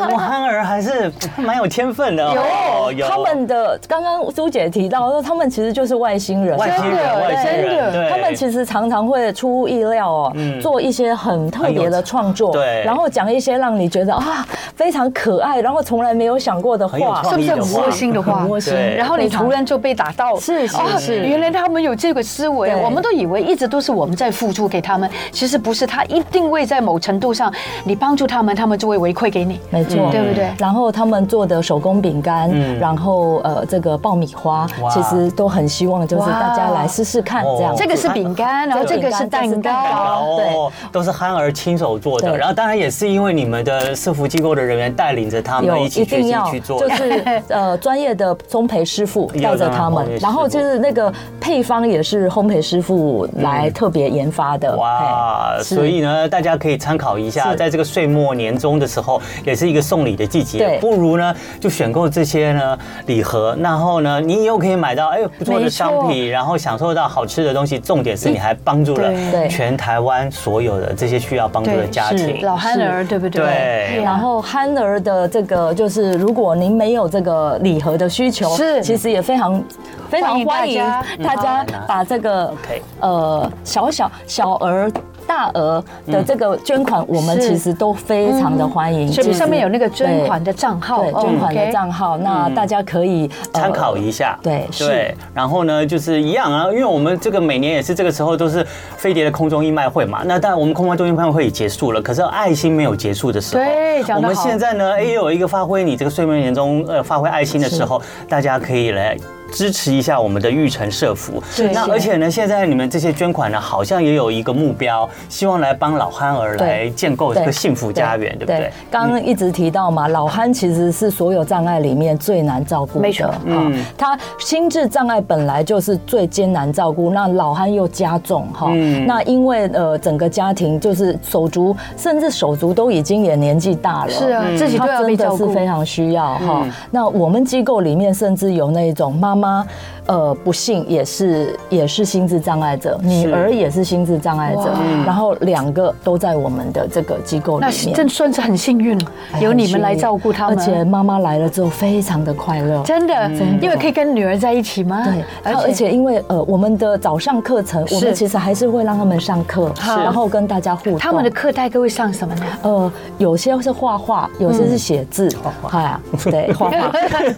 [SPEAKER 2] 我们憨儿还是蛮有天分的哦，
[SPEAKER 3] 他们的刚刚苏姐提到说，他们其实就是外星人，
[SPEAKER 2] 外星
[SPEAKER 1] 真
[SPEAKER 2] 人，
[SPEAKER 1] 的
[SPEAKER 2] 外星
[SPEAKER 1] 真
[SPEAKER 2] 人，
[SPEAKER 1] 的
[SPEAKER 2] 对，嗯
[SPEAKER 3] 他们其实常常会出乎意料哦，做一些很特别的创作，
[SPEAKER 2] 很有对
[SPEAKER 3] 然后讲一些让你觉得啊非常可爱，然后从来没有想过的
[SPEAKER 2] 很有
[SPEAKER 3] 话，
[SPEAKER 2] 创
[SPEAKER 1] 是不
[SPEAKER 2] 意
[SPEAKER 1] 是
[SPEAKER 2] 的
[SPEAKER 1] 很窝心的话？嗯
[SPEAKER 3] 很窝
[SPEAKER 2] 心对
[SPEAKER 1] 然后你突然就被打到，
[SPEAKER 3] 是是
[SPEAKER 1] 哦
[SPEAKER 3] 是
[SPEAKER 1] 原来他们有这个思维，啊
[SPEAKER 3] 对
[SPEAKER 1] 我们都以为一直都是我们在付出给他们，其实不是，他一定会在某程度上，你帮助他们，他们就会回馈给你。
[SPEAKER 3] 没错，
[SPEAKER 1] 嗯对不对
[SPEAKER 3] 然后他们做的手工饼干，
[SPEAKER 2] 嗯
[SPEAKER 3] 然后呃，这个爆米花
[SPEAKER 2] 哇，
[SPEAKER 3] 其实都很希望就是
[SPEAKER 1] 哇
[SPEAKER 3] 大家来试试看
[SPEAKER 2] 哦
[SPEAKER 3] 这样。
[SPEAKER 1] 这个是饼干，然后这个是蛋
[SPEAKER 3] 这是蛋
[SPEAKER 1] 糕
[SPEAKER 3] 糕。
[SPEAKER 2] 哦，都是憨儿亲手做的，
[SPEAKER 3] 对
[SPEAKER 2] 然后当然也是因为你们的社服机构的人员带领着他们一起
[SPEAKER 3] 一
[SPEAKER 2] 学
[SPEAKER 3] 定
[SPEAKER 2] 习
[SPEAKER 3] 要
[SPEAKER 2] 去做
[SPEAKER 3] 就
[SPEAKER 2] 的，
[SPEAKER 3] 是 呃专业的烘焙师傅
[SPEAKER 2] 要
[SPEAKER 3] 带着他
[SPEAKER 2] 让烘焙
[SPEAKER 3] 们，
[SPEAKER 2] 师
[SPEAKER 3] 然后就是那个配方也是烘焙师傅来特别研发的。
[SPEAKER 2] 哇，
[SPEAKER 3] 嘿是
[SPEAKER 2] 所以呢，大家可以参考一下，
[SPEAKER 3] 是
[SPEAKER 2] 在这个岁末年终的时候，也是一个送礼的季节，
[SPEAKER 3] 对
[SPEAKER 2] 不如呢就选购这些呢礼盒，然后呢你又可以买到哎不错的
[SPEAKER 1] 没错
[SPEAKER 2] 商品，然后享受到好吃的东西，重点是你还帮助了
[SPEAKER 3] 对
[SPEAKER 2] 全台湾所有的这些需要帮助的
[SPEAKER 1] 对
[SPEAKER 2] 家
[SPEAKER 3] 是
[SPEAKER 2] 庭。
[SPEAKER 1] 老憨儿，对不对？
[SPEAKER 2] 对
[SPEAKER 3] 然后憨儿的这个就是，如果您没有这个礼盒的需求，
[SPEAKER 1] 是
[SPEAKER 3] 其实也非常非常
[SPEAKER 1] 欢
[SPEAKER 3] 欢
[SPEAKER 1] 迎
[SPEAKER 3] 迎
[SPEAKER 1] 大家嗯
[SPEAKER 3] 大家把这个
[SPEAKER 2] OK
[SPEAKER 3] 呃小小小儿大额的这个捐款，我们
[SPEAKER 1] 是
[SPEAKER 3] 其实都非常的欢迎。
[SPEAKER 1] 所以
[SPEAKER 3] 其实
[SPEAKER 1] 上面有那个捐
[SPEAKER 3] 对
[SPEAKER 1] 款的账号，哦嗯
[SPEAKER 3] 对捐款的账
[SPEAKER 1] 号。
[SPEAKER 3] 号，那大家可以呃
[SPEAKER 2] 参考一下，
[SPEAKER 3] 对是
[SPEAKER 2] 对，然后呢，就是一样啊，因为我们这个每年也是这个时候都是飞碟的空中义卖会嘛，那当然我们空中义卖会也结束了，可是爱心没有结束的时候，
[SPEAKER 1] 对讲得好
[SPEAKER 2] 我们现在呢也有一个发挥你这个睡眠年中呃发挥爱心的时候，大家可以来。支持一下我们的育成社服。
[SPEAKER 1] 是
[SPEAKER 2] 那
[SPEAKER 1] 是
[SPEAKER 2] 而且呢，现在你们这些捐款呢，好像也有一个目标，希望来帮老憨儿
[SPEAKER 3] 对
[SPEAKER 2] 来建构这个幸福家园，对不对？嗯
[SPEAKER 3] 刚刚一直提到嘛，老憨其实是所有障碍里面最难照顾的，
[SPEAKER 1] 没错
[SPEAKER 3] 啊，
[SPEAKER 2] 嗯
[SPEAKER 3] 他心智障碍本来就是最艰难照顾，那老憨又加重哈，
[SPEAKER 2] 嗯
[SPEAKER 3] 那因为呃整个家庭就是手足，甚至手足都已经也年纪大了，
[SPEAKER 1] 是啊，
[SPEAKER 2] 嗯
[SPEAKER 1] 自己都
[SPEAKER 3] 他
[SPEAKER 1] 要
[SPEAKER 3] 真
[SPEAKER 1] 被
[SPEAKER 3] 的
[SPEAKER 1] 照
[SPEAKER 3] 是
[SPEAKER 1] 顾。
[SPEAKER 3] 非常需要哈、那我们机构里面甚至有那一种妈妈，呃，不幸也是也是心智障碍者，女儿也是心智障碍者
[SPEAKER 1] 哇，
[SPEAKER 3] 然后两个都在我们的这个机构里
[SPEAKER 1] 那
[SPEAKER 3] 面，哎
[SPEAKER 1] 真算是很幸运，有你们来照顾他们，
[SPEAKER 3] 而且妈妈来了之后非常的快乐。
[SPEAKER 1] 真的，因为可以跟女儿在一起吗？
[SPEAKER 3] 对，然后而且因为呃，我们的早上课程，我们其实还是会让他们上课，然后跟大家互动。
[SPEAKER 1] 他们的课代各位上什么呢？
[SPEAKER 3] 呃，有些是画画，有些
[SPEAKER 1] 嗯
[SPEAKER 3] 是写字，哎呀， 对，画画，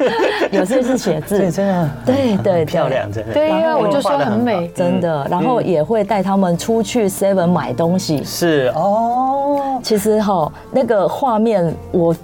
[SPEAKER 3] 有些是写字，
[SPEAKER 2] 对，真的
[SPEAKER 3] 对对，
[SPEAKER 2] 很漂亮，。嗯真的。
[SPEAKER 1] 对
[SPEAKER 3] 然
[SPEAKER 1] 呀，
[SPEAKER 3] 后
[SPEAKER 1] 我就说很美。
[SPEAKER 3] 真的，然后也会带他们出去 Seven 买东西。
[SPEAKER 2] 是哦，
[SPEAKER 3] 其实哈，那个画面我。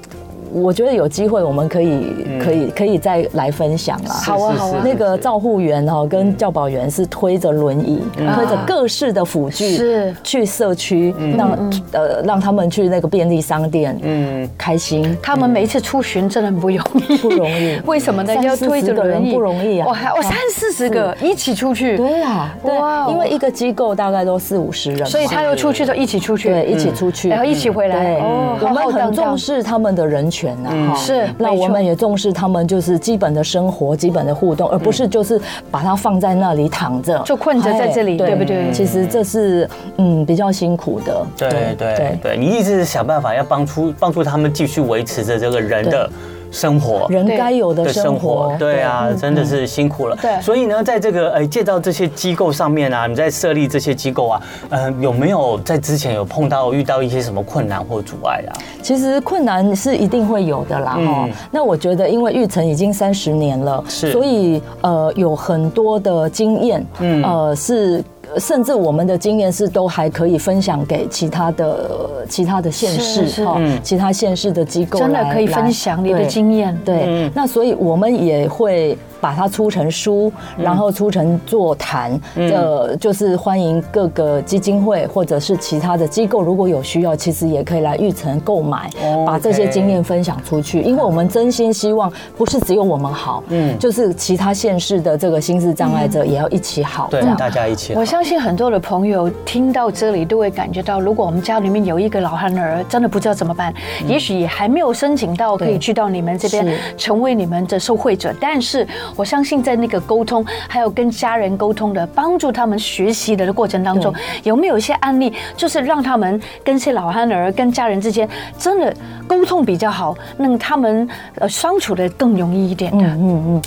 [SPEAKER 3] 我觉得有机会，我们可以
[SPEAKER 1] 嗯
[SPEAKER 3] 可以可以再来分享啦。
[SPEAKER 1] 好啊好啊
[SPEAKER 3] 那个照护员哦，跟教保员是推着轮椅，推着各式的辅具
[SPEAKER 1] 嗯是嗯
[SPEAKER 3] 去社区，让呃让他们去那个便利商店，嗯，开心。
[SPEAKER 1] 他们每一次出巡真的很不容易，
[SPEAKER 3] 不容易
[SPEAKER 1] 为什么呢？
[SPEAKER 3] 三
[SPEAKER 1] 要
[SPEAKER 3] 四
[SPEAKER 1] 推着
[SPEAKER 3] 十个人
[SPEAKER 1] 轮椅
[SPEAKER 3] 不容易啊
[SPEAKER 1] 我还我三四十个一起出去，
[SPEAKER 3] 对呀，对
[SPEAKER 1] 哇哦，
[SPEAKER 3] 因为一个机构大概都四五十人嘛，
[SPEAKER 1] 所以他要出去就一起出去，嗯
[SPEAKER 3] 对一
[SPEAKER 2] 嗯
[SPEAKER 3] 起出去，
[SPEAKER 1] 然后一起回来
[SPEAKER 3] 对，
[SPEAKER 1] 哦
[SPEAKER 3] 我
[SPEAKER 1] 浩
[SPEAKER 3] 们
[SPEAKER 1] 浩荡荡
[SPEAKER 3] 很重视他们的人权呐、
[SPEAKER 2] 嗯
[SPEAKER 3] 哈
[SPEAKER 1] 是
[SPEAKER 3] 那
[SPEAKER 1] 没错
[SPEAKER 3] 我们也重视他们就是基本的生活、基本的互动，而不是就是把他放在那里躺着，
[SPEAKER 1] 就困着在这里
[SPEAKER 3] 哎
[SPEAKER 1] 对不对
[SPEAKER 3] 其实这是嗯比较辛苦的，
[SPEAKER 2] 对对对，你一直想办法要帮助帮助他们继续维持着这个人的生活。
[SPEAKER 3] 人该有的
[SPEAKER 2] 的
[SPEAKER 3] 生
[SPEAKER 2] 生
[SPEAKER 3] 活
[SPEAKER 2] 活，，对啊，真的是辛苦了。
[SPEAKER 1] 对
[SPEAKER 2] 所以呢，在这个呃建造这些机构上面啊，你在设立这些机构啊，呃，有没有在之前有碰到遇到一些什么困难或阻碍啊？
[SPEAKER 3] 其实困难是一定会有的啦，
[SPEAKER 1] 嗯
[SPEAKER 3] 哦、那我觉得，因为玉成已经三十年了，
[SPEAKER 2] 是
[SPEAKER 3] 所以呃有很多的经验，
[SPEAKER 1] 嗯
[SPEAKER 3] 呃是。甚至我们的经验是都还可以分享给其他的其他的县
[SPEAKER 1] 是
[SPEAKER 3] 市
[SPEAKER 1] 是嗯
[SPEAKER 3] 哈，其他县市的机构
[SPEAKER 1] 真的
[SPEAKER 3] 来
[SPEAKER 1] 可以
[SPEAKER 3] 来
[SPEAKER 1] 分享你的
[SPEAKER 3] 对
[SPEAKER 1] 经验，
[SPEAKER 2] 嗯
[SPEAKER 3] 对，那所以我们也会把它出成书，
[SPEAKER 2] 嗯
[SPEAKER 3] 然后出成座谈，呃，就是欢迎各个基金会或者是其他的机构，如果有需要，其实也可以来育成购买，
[SPEAKER 2] 哦 OK
[SPEAKER 3] 把这些经验分享出去。因为我们真心希望，不是只有我们好，嗯，就是其他县市的这个心智障碍者也要一起好，
[SPEAKER 2] 对
[SPEAKER 3] 这，样
[SPEAKER 2] 大家一起。
[SPEAKER 1] 我相信很多的朋友听到这里都会感觉到，如果我们家里面有一个老汉儿，真的不知道怎么办，也许也还没有申请到可以去到你们这边
[SPEAKER 3] 是
[SPEAKER 1] 成为你们的受惠者，但是我相信在那个沟通，还有跟家人沟通的，帮助他们学习的过程当中
[SPEAKER 3] 对，
[SPEAKER 1] 有没有一些案例，就是让他们跟这些老汉儿跟家人之间真的沟通比较好，让他们呃相处的更容易一点的，
[SPEAKER 3] 嗯嗯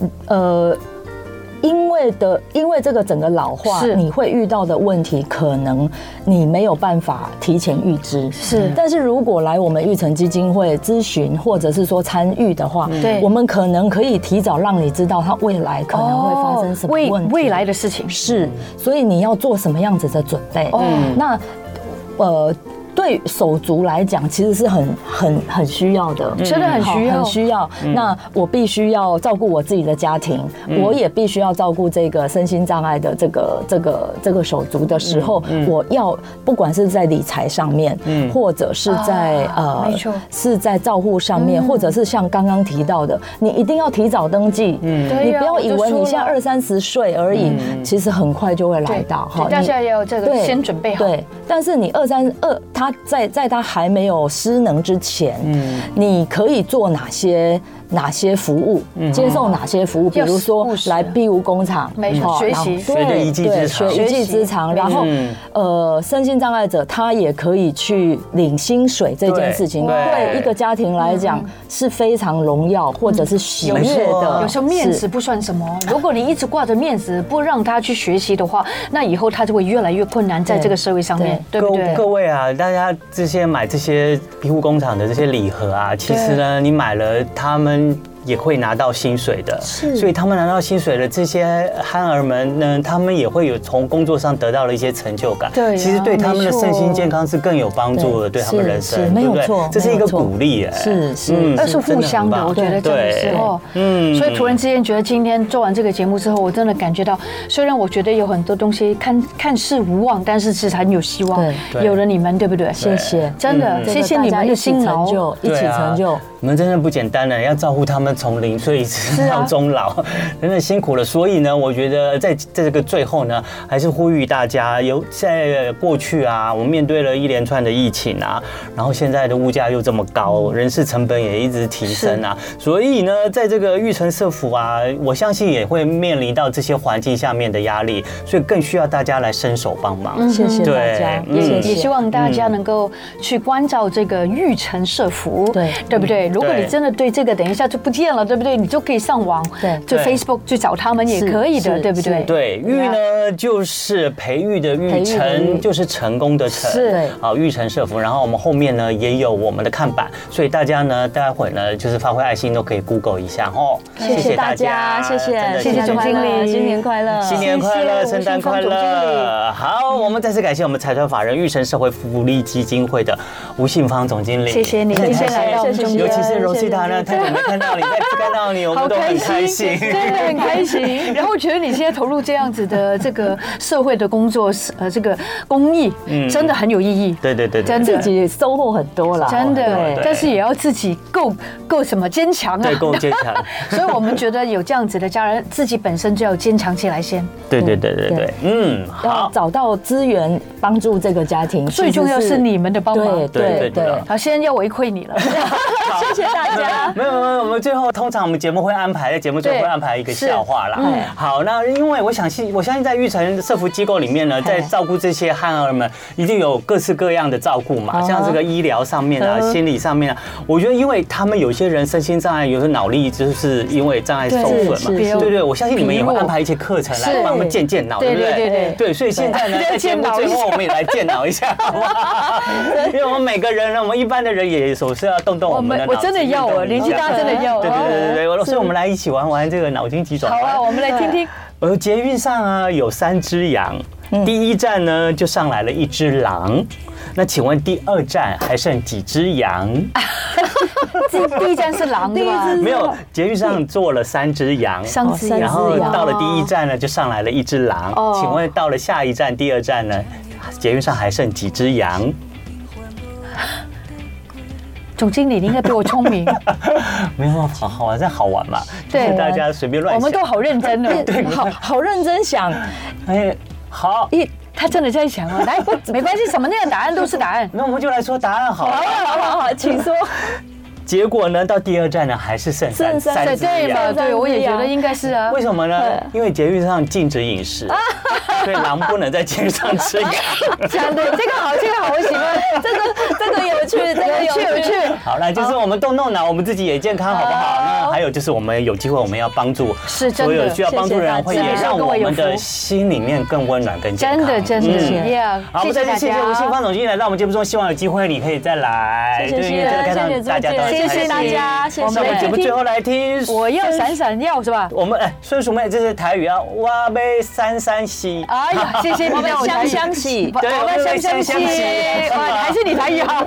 [SPEAKER 3] 嗯，呃。因为的，因为这个整个老化，
[SPEAKER 1] 是
[SPEAKER 3] 你会遇到的问题，可能你没有办法提前预知。嗯
[SPEAKER 1] 是
[SPEAKER 3] 但是如果来我们育成基金会咨询，或者是说参与的话，
[SPEAKER 1] 嗯对
[SPEAKER 3] 我们可能可以提早让你知道它未来可能会发生什么
[SPEAKER 1] 未
[SPEAKER 3] 问题。
[SPEAKER 1] 哦未来的事情
[SPEAKER 3] 是，所以你要做什么样子的准备？嗯
[SPEAKER 1] 哦
[SPEAKER 3] 那呃，对手足来讲，其实是很很很需要的，
[SPEAKER 1] 嗯真的很
[SPEAKER 3] 好
[SPEAKER 1] 需要嗯
[SPEAKER 3] 很需要。那我必须要照顾我自己的家庭，我也必须要照顾这个身心障碍的这个这个这个手足的时候，
[SPEAKER 1] 嗯
[SPEAKER 3] 我要不管是在理财上面，或者是在
[SPEAKER 1] 啊
[SPEAKER 3] 呃
[SPEAKER 1] 没错嗯
[SPEAKER 3] 是在照护上面，或者是像刚刚提到的，你一定要提早登记，
[SPEAKER 1] 对
[SPEAKER 3] 你
[SPEAKER 1] 呀
[SPEAKER 3] 不要
[SPEAKER 1] 我
[SPEAKER 3] 以
[SPEAKER 1] 就
[SPEAKER 3] 为你
[SPEAKER 1] 说
[SPEAKER 3] 现
[SPEAKER 1] 了
[SPEAKER 3] 在二三十岁而已，其实很快就会来
[SPEAKER 1] 对
[SPEAKER 3] 到。
[SPEAKER 1] 嗯对大
[SPEAKER 3] 你
[SPEAKER 1] 家要这个
[SPEAKER 3] 对
[SPEAKER 1] 先准备好。
[SPEAKER 3] 对，但是你二三二，
[SPEAKER 1] 嗯
[SPEAKER 3] 他在在他还没有失能之前，你可以做哪些哪些服务，接受哪些服务，比如说
[SPEAKER 1] 嗯要务实
[SPEAKER 3] 来庇护工厂，
[SPEAKER 1] 没错
[SPEAKER 3] 哦
[SPEAKER 1] 学习
[SPEAKER 3] 然后
[SPEAKER 2] 学着
[SPEAKER 3] 对
[SPEAKER 2] 一技
[SPEAKER 3] 对
[SPEAKER 2] 之长
[SPEAKER 3] 学一技
[SPEAKER 1] 学习
[SPEAKER 3] 之长，然后
[SPEAKER 2] 嗯
[SPEAKER 3] 呃，身心障碍者他也可以去领薪水这件事情，
[SPEAKER 2] 对对
[SPEAKER 3] 对一个家庭来讲是非常荣耀或者是喜
[SPEAKER 1] 有
[SPEAKER 3] 悦
[SPEAKER 2] 没错
[SPEAKER 3] 的
[SPEAKER 2] 啊
[SPEAKER 1] 嗯有，时候面
[SPEAKER 3] 是
[SPEAKER 1] 子不算什么，如果你一直挂着面子不让他去学习的话，那以后他就会越来越困难在
[SPEAKER 3] 对
[SPEAKER 1] 这个社会上面，对
[SPEAKER 2] 各
[SPEAKER 1] 不对？
[SPEAKER 2] 各位啊，大家这些买这些庇护工厂的这些礼盒啊，其实呢，你买了他们。也会拿到薪水的，
[SPEAKER 3] 是
[SPEAKER 2] 所以他们拿到薪水的这些憨儿们呢，他们也会有从工作上得到了一些成就感。
[SPEAKER 1] 对啊
[SPEAKER 2] 其实对他们的身心健康是更有帮助的，
[SPEAKER 3] 对
[SPEAKER 2] 对他们
[SPEAKER 3] 是
[SPEAKER 2] 人生
[SPEAKER 3] 是，没
[SPEAKER 2] 对不
[SPEAKER 3] 有
[SPEAKER 2] 对
[SPEAKER 3] 错
[SPEAKER 2] 这是一
[SPEAKER 3] 没
[SPEAKER 2] 个
[SPEAKER 3] 有错
[SPEAKER 2] 鼓励耶，嗯
[SPEAKER 3] 是是
[SPEAKER 1] 那是互相的，我觉得这
[SPEAKER 2] 对，
[SPEAKER 1] 种时候，
[SPEAKER 2] 嗯
[SPEAKER 1] 嗯，所以突然之间觉得今天做完这个节目之后，我真的感觉到，虽然我觉得有很多东西看看似无望，但是其实很有希望
[SPEAKER 3] 对。
[SPEAKER 2] 对
[SPEAKER 1] 有了你们，对不对？
[SPEAKER 3] 谢谢，
[SPEAKER 1] 真的，
[SPEAKER 3] 这
[SPEAKER 1] 谢
[SPEAKER 3] 个
[SPEAKER 1] 谢
[SPEAKER 3] 大
[SPEAKER 1] 你
[SPEAKER 3] 家
[SPEAKER 1] 们的
[SPEAKER 3] 一起
[SPEAKER 1] 辛劳
[SPEAKER 3] 成。就，一起
[SPEAKER 2] 对啊
[SPEAKER 3] 成就。
[SPEAKER 2] 你们真的不简单呢，要照顾他们从零岁一直
[SPEAKER 1] 啊
[SPEAKER 2] 到终老， 真的辛苦了。所以呢，我觉得在在这个最后呢，还是呼吁大家，有在过去啊，我们面对了一连串的疫情啊，然后现在的物价又这么高，
[SPEAKER 3] 嗯
[SPEAKER 2] 人事成本也一直提升啊，所以呢，在这个玉成社府啊，我相信也会面临到这些环境下面的压力，所以更需要大家来伸手帮忙。
[SPEAKER 3] 谢谢大
[SPEAKER 2] 对
[SPEAKER 3] 家，
[SPEAKER 2] 嗯
[SPEAKER 3] 谢
[SPEAKER 1] 也希
[SPEAKER 3] 谢。
[SPEAKER 1] 望大家能够去关照这个育成社服，
[SPEAKER 3] 对
[SPEAKER 1] 对不对？如果
[SPEAKER 2] 对
[SPEAKER 1] 你真的对这个等一下就不见了，对不对？你就可以上网，
[SPEAKER 3] 对
[SPEAKER 1] 就
[SPEAKER 2] 对
[SPEAKER 1] Facebook 去找他们也
[SPEAKER 3] 是
[SPEAKER 1] 可以的，
[SPEAKER 3] 是
[SPEAKER 1] 对不对？
[SPEAKER 3] 是
[SPEAKER 2] 对，育
[SPEAKER 1] 对啊
[SPEAKER 2] 呢就是培育的
[SPEAKER 3] 培
[SPEAKER 2] 育，
[SPEAKER 3] 育的
[SPEAKER 2] 成
[SPEAKER 3] 育
[SPEAKER 2] 就是成功的成，
[SPEAKER 3] 是
[SPEAKER 2] 啊，育成社服。然后我们后面呢也有我们的看板，所以大家呢待会呢就是发挥爱心都可以 Google 一下哦。
[SPEAKER 3] 谢谢大家，谢
[SPEAKER 1] 谢
[SPEAKER 3] 谢，
[SPEAKER 2] 真
[SPEAKER 1] 谢
[SPEAKER 2] 的
[SPEAKER 1] 总经理
[SPEAKER 3] 新年快乐，
[SPEAKER 2] 新年快乐，
[SPEAKER 1] 谢谢
[SPEAKER 2] 圣诞快
[SPEAKER 1] 我是方总经
[SPEAKER 2] 乐！好，我们再次感谢我们财团法人育成社会福利基金会的吴信芳总经理，
[SPEAKER 1] 谢谢你，谢谢来到我们中
[SPEAKER 2] 尤
[SPEAKER 1] 间，
[SPEAKER 2] 其是 Rosita 呢，太久没看到你，再次看到你，我们
[SPEAKER 1] 好
[SPEAKER 2] 都很开心。
[SPEAKER 1] 真的很开心。然后觉得你现在投入这样子的这个社会的工作，是呃，这个公益，真的很有意义。
[SPEAKER 2] 嗯对对对，对
[SPEAKER 1] 真的
[SPEAKER 3] 自己收获很多啦，
[SPEAKER 1] 真的
[SPEAKER 2] 对，
[SPEAKER 1] 但是也要自己够够什么坚强啊！
[SPEAKER 2] 对够坚强
[SPEAKER 1] 所以我们觉得有这样子的家人，自己本身就要坚强起来先。
[SPEAKER 2] 对对对对对，嗯，
[SPEAKER 3] 要
[SPEAKER 2] 好。
[SPEAKER 3] 找到资源帮助这个家庭，
[SPEAKER 1] 最重要是你们的帮忙。
[SPEAKER 2] 对
[SPEAKER 3] 对
[SPEAKER 2] 对
[SPEAKER 3] 对
[SPEAKER 2] 对
[SPEAKER 3] 对，
[SPEAKER 1] 好，现在要违愧你了。
[SPEAKER 3] 谢谢大家。
[SPEAKER 2] 没有没有，我们最后通常我们节目会安排在节目最后
[SPEAKER 1] 对
[SPEAKER 2] 会安排一个笑话啦
[SPEAKER 3] 是嗯。
[SPEAKER 2] 好，那因为我想信，我相信在育成社福机构里面呢，在照顾这些汉儿们，一定有各式各样的照顾嘛，
[SPEAKER 3] 嗯哼
[SPEAKER 2] 像这个医疗上面啊、
[SPEAKER 3] 嗯哼
[SPEAKER 2] 心理上面啊，我觉得因为他们有些人身心障碍，有时候脑力就是因为障碍受损嘛，
[SPEAKER 3] 是是
[SPEAKER 2] 对
[SPEAKER 3] 是
[SPEAKER 2] 对对，我相信你们也会
[SPEAKER 1] 疲弱
[SPEAKER 2] 安排一些课程来
[SPEAKER 1] 是
[SPEAKER 2] 帮他们健健脑，
[SPEAKER 1] 对
[SPEAKER 2] 不
[SPEAKER 1] 对对对
[SPEAKER 2] 对，所以现在呢，
[SPEAKER 1] 对
[SPEAKER 2] 在节目
[SPEAKER 1] 健脑
[SPEAKER 2] 最
[SPEAKER 1] 一下
[SPEAKER 2] 后我们也来健脑 一下，好不好？因为我们每个人呢，我们一般的人也总是要动动我们的脑
[SPEAKER 1] 我
[SPEAKER 2] 子。
[SPEAKER 1] 们我真的要哦
[SPEAKER 2] 运动
[SPEAKER 1] 年纪
[SPEAKER 2] 一下
[SPEAKER 1] 大真的要哦
[SPEAKER 2] 对对对对对，所以我们来一起玩玩这个脑筋急转
[SPEAKER 1] 好啊，
[SPEAKER 2] 弯。
[SPEAKER 1] 我们嗯来听 听。
[SPEAKER 2] 呃，捷运上啊有三只羊，第一站呢就上来了一只狼。那请问第二站还剩几只羊？
[SPEAKER 1] 第第一站是狼对吧？
[SPEAKER 2] 没有，捷运上坐了三只羊，
[SPEAKER 1] 上次
[SPEAKER 3] 哦三
[SPEAKER 2] 然后
[SPEAKER 3] 只羊
[SPEAKER 2] 到了第一站呢就上来了一只狼。
[SPEAKER 1] 哦
[SPEAKER 2] 请问到了下一站、第二站呢，捷运上还剩几只羊？
[SPEAKER 1] 总经理，你应该比我聪 明。
[SPEAKER 2] 没有，好好玩，这好玩嘛，就是
[SPEAKER 1] 对
[SPEAKER 2] 大家随便乱
[SPEAKER 1] 我
[SPEAKER 2] 想
[SPEAKER 1] 们。都好认真 哦。
[SPEAKER 3] 好好认真想，
[SPEAKER 2] 哎，好，
[SPEAKER 1] 一，他真的在想啊，来， 没关系，什么样的答案都是答 案。
[SPEAKER 2] 那我们就来说答案好了。
[SPEAKER 3] 好好好，请说。
[SPEAKER 2] 结果呢，到第二站呢，还是剩三
[SPEAKER 3] 剩三
[SPEAKER 2] 三
[SPEAKER 1] 对
[SPEAKER 2] 只
[SPEAKER 1] 对嘛，
[SPEAKER 3] 啊
[SPEAKER 2] 羊。
[SPEAKER 1] 对，我也觉得应该是啊
[SPEAKER 2] 为。什么呢？因为捷运上禁止饮食，所以狼不能在捷运上吃羊。
[SPEAKER 1] 真的，这个好，这个好，我喜欢。
[SPEAKER 3] 这个这个有趣，这个
[SPEAKER 1] 有趣有趣。
[SPEAKER 2] 好啦，就是我们动动脑，我们自己也健康，好不好？那还有就是我们有机会，我们要帮助
[SPEAKER 1] 是真
[SPEAKER 2] 所
[SPEAKER 1] 的
[SPEAKER 2] 有需要帮助的人，
[SPEAKER 3] 谢谢
[SPEAKER 2] 会
[SPEAKER 3] 大家
[SPEAKER 2] 也让我们的心里面更温暖、更健康。
[SPEAKER 1] 真的真的
[SPEAKER 2] 嗯
[SPEAKER 1] ，Yeah，
[SPEAKER 2] 好，我们再次谢谢吴信芳总经理来到我们节目中，希望有机会你可以再来。
[SPEAKER 3] 谢谢
[SPEAKER 2] 对因为这个看到
[SPEAKER 3] 谢谢
[SPEAKER 2] 大家都
[SPEAKER 3] 朱姐
[SPEAKER 2] 很
[SPEAKER 1] 谢
[SPEAKER 2] 开
[SPEAKER 1] 谢
[SPEAKER 2] 心
[SPEAKER 1] 大
[SPEAKER 3] 家谢谢
[SPEAKER 2] 我们节目最后来听，
[SPEAKER 1] 我要闪闪耀是吧？
[SPEAKER 2] 我们哎，孙淑妹这是台语啊，哇杯三三西。
[SPEAKER 1] 哎呀，谢谢你，
[SPEAKER 3] 我们
[SPEAKER 1] 让我
[SPEAKER 3] 相
[SPEAKER 1] 才
[SPEAKER 3] 相喜
[SPEAKER 1] 不
[SPEAKER 2] 对
[SPEAKER 1] 我
[SPEAKER 2] 我
[SPEAKER 1] 们
[SPEAKER 2] 们
[SPEAKER 1] 相相
[SPEAKER 2] 相相喜
[SPEAKER 1] 惜，哇，还是你台语好。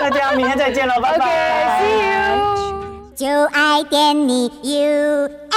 [SPEAKER 2] 那这样明天再见了，拜拜。
[SPEAKER 1] OK，See you。
[SPEAKER 4] 就爱点你 UFO。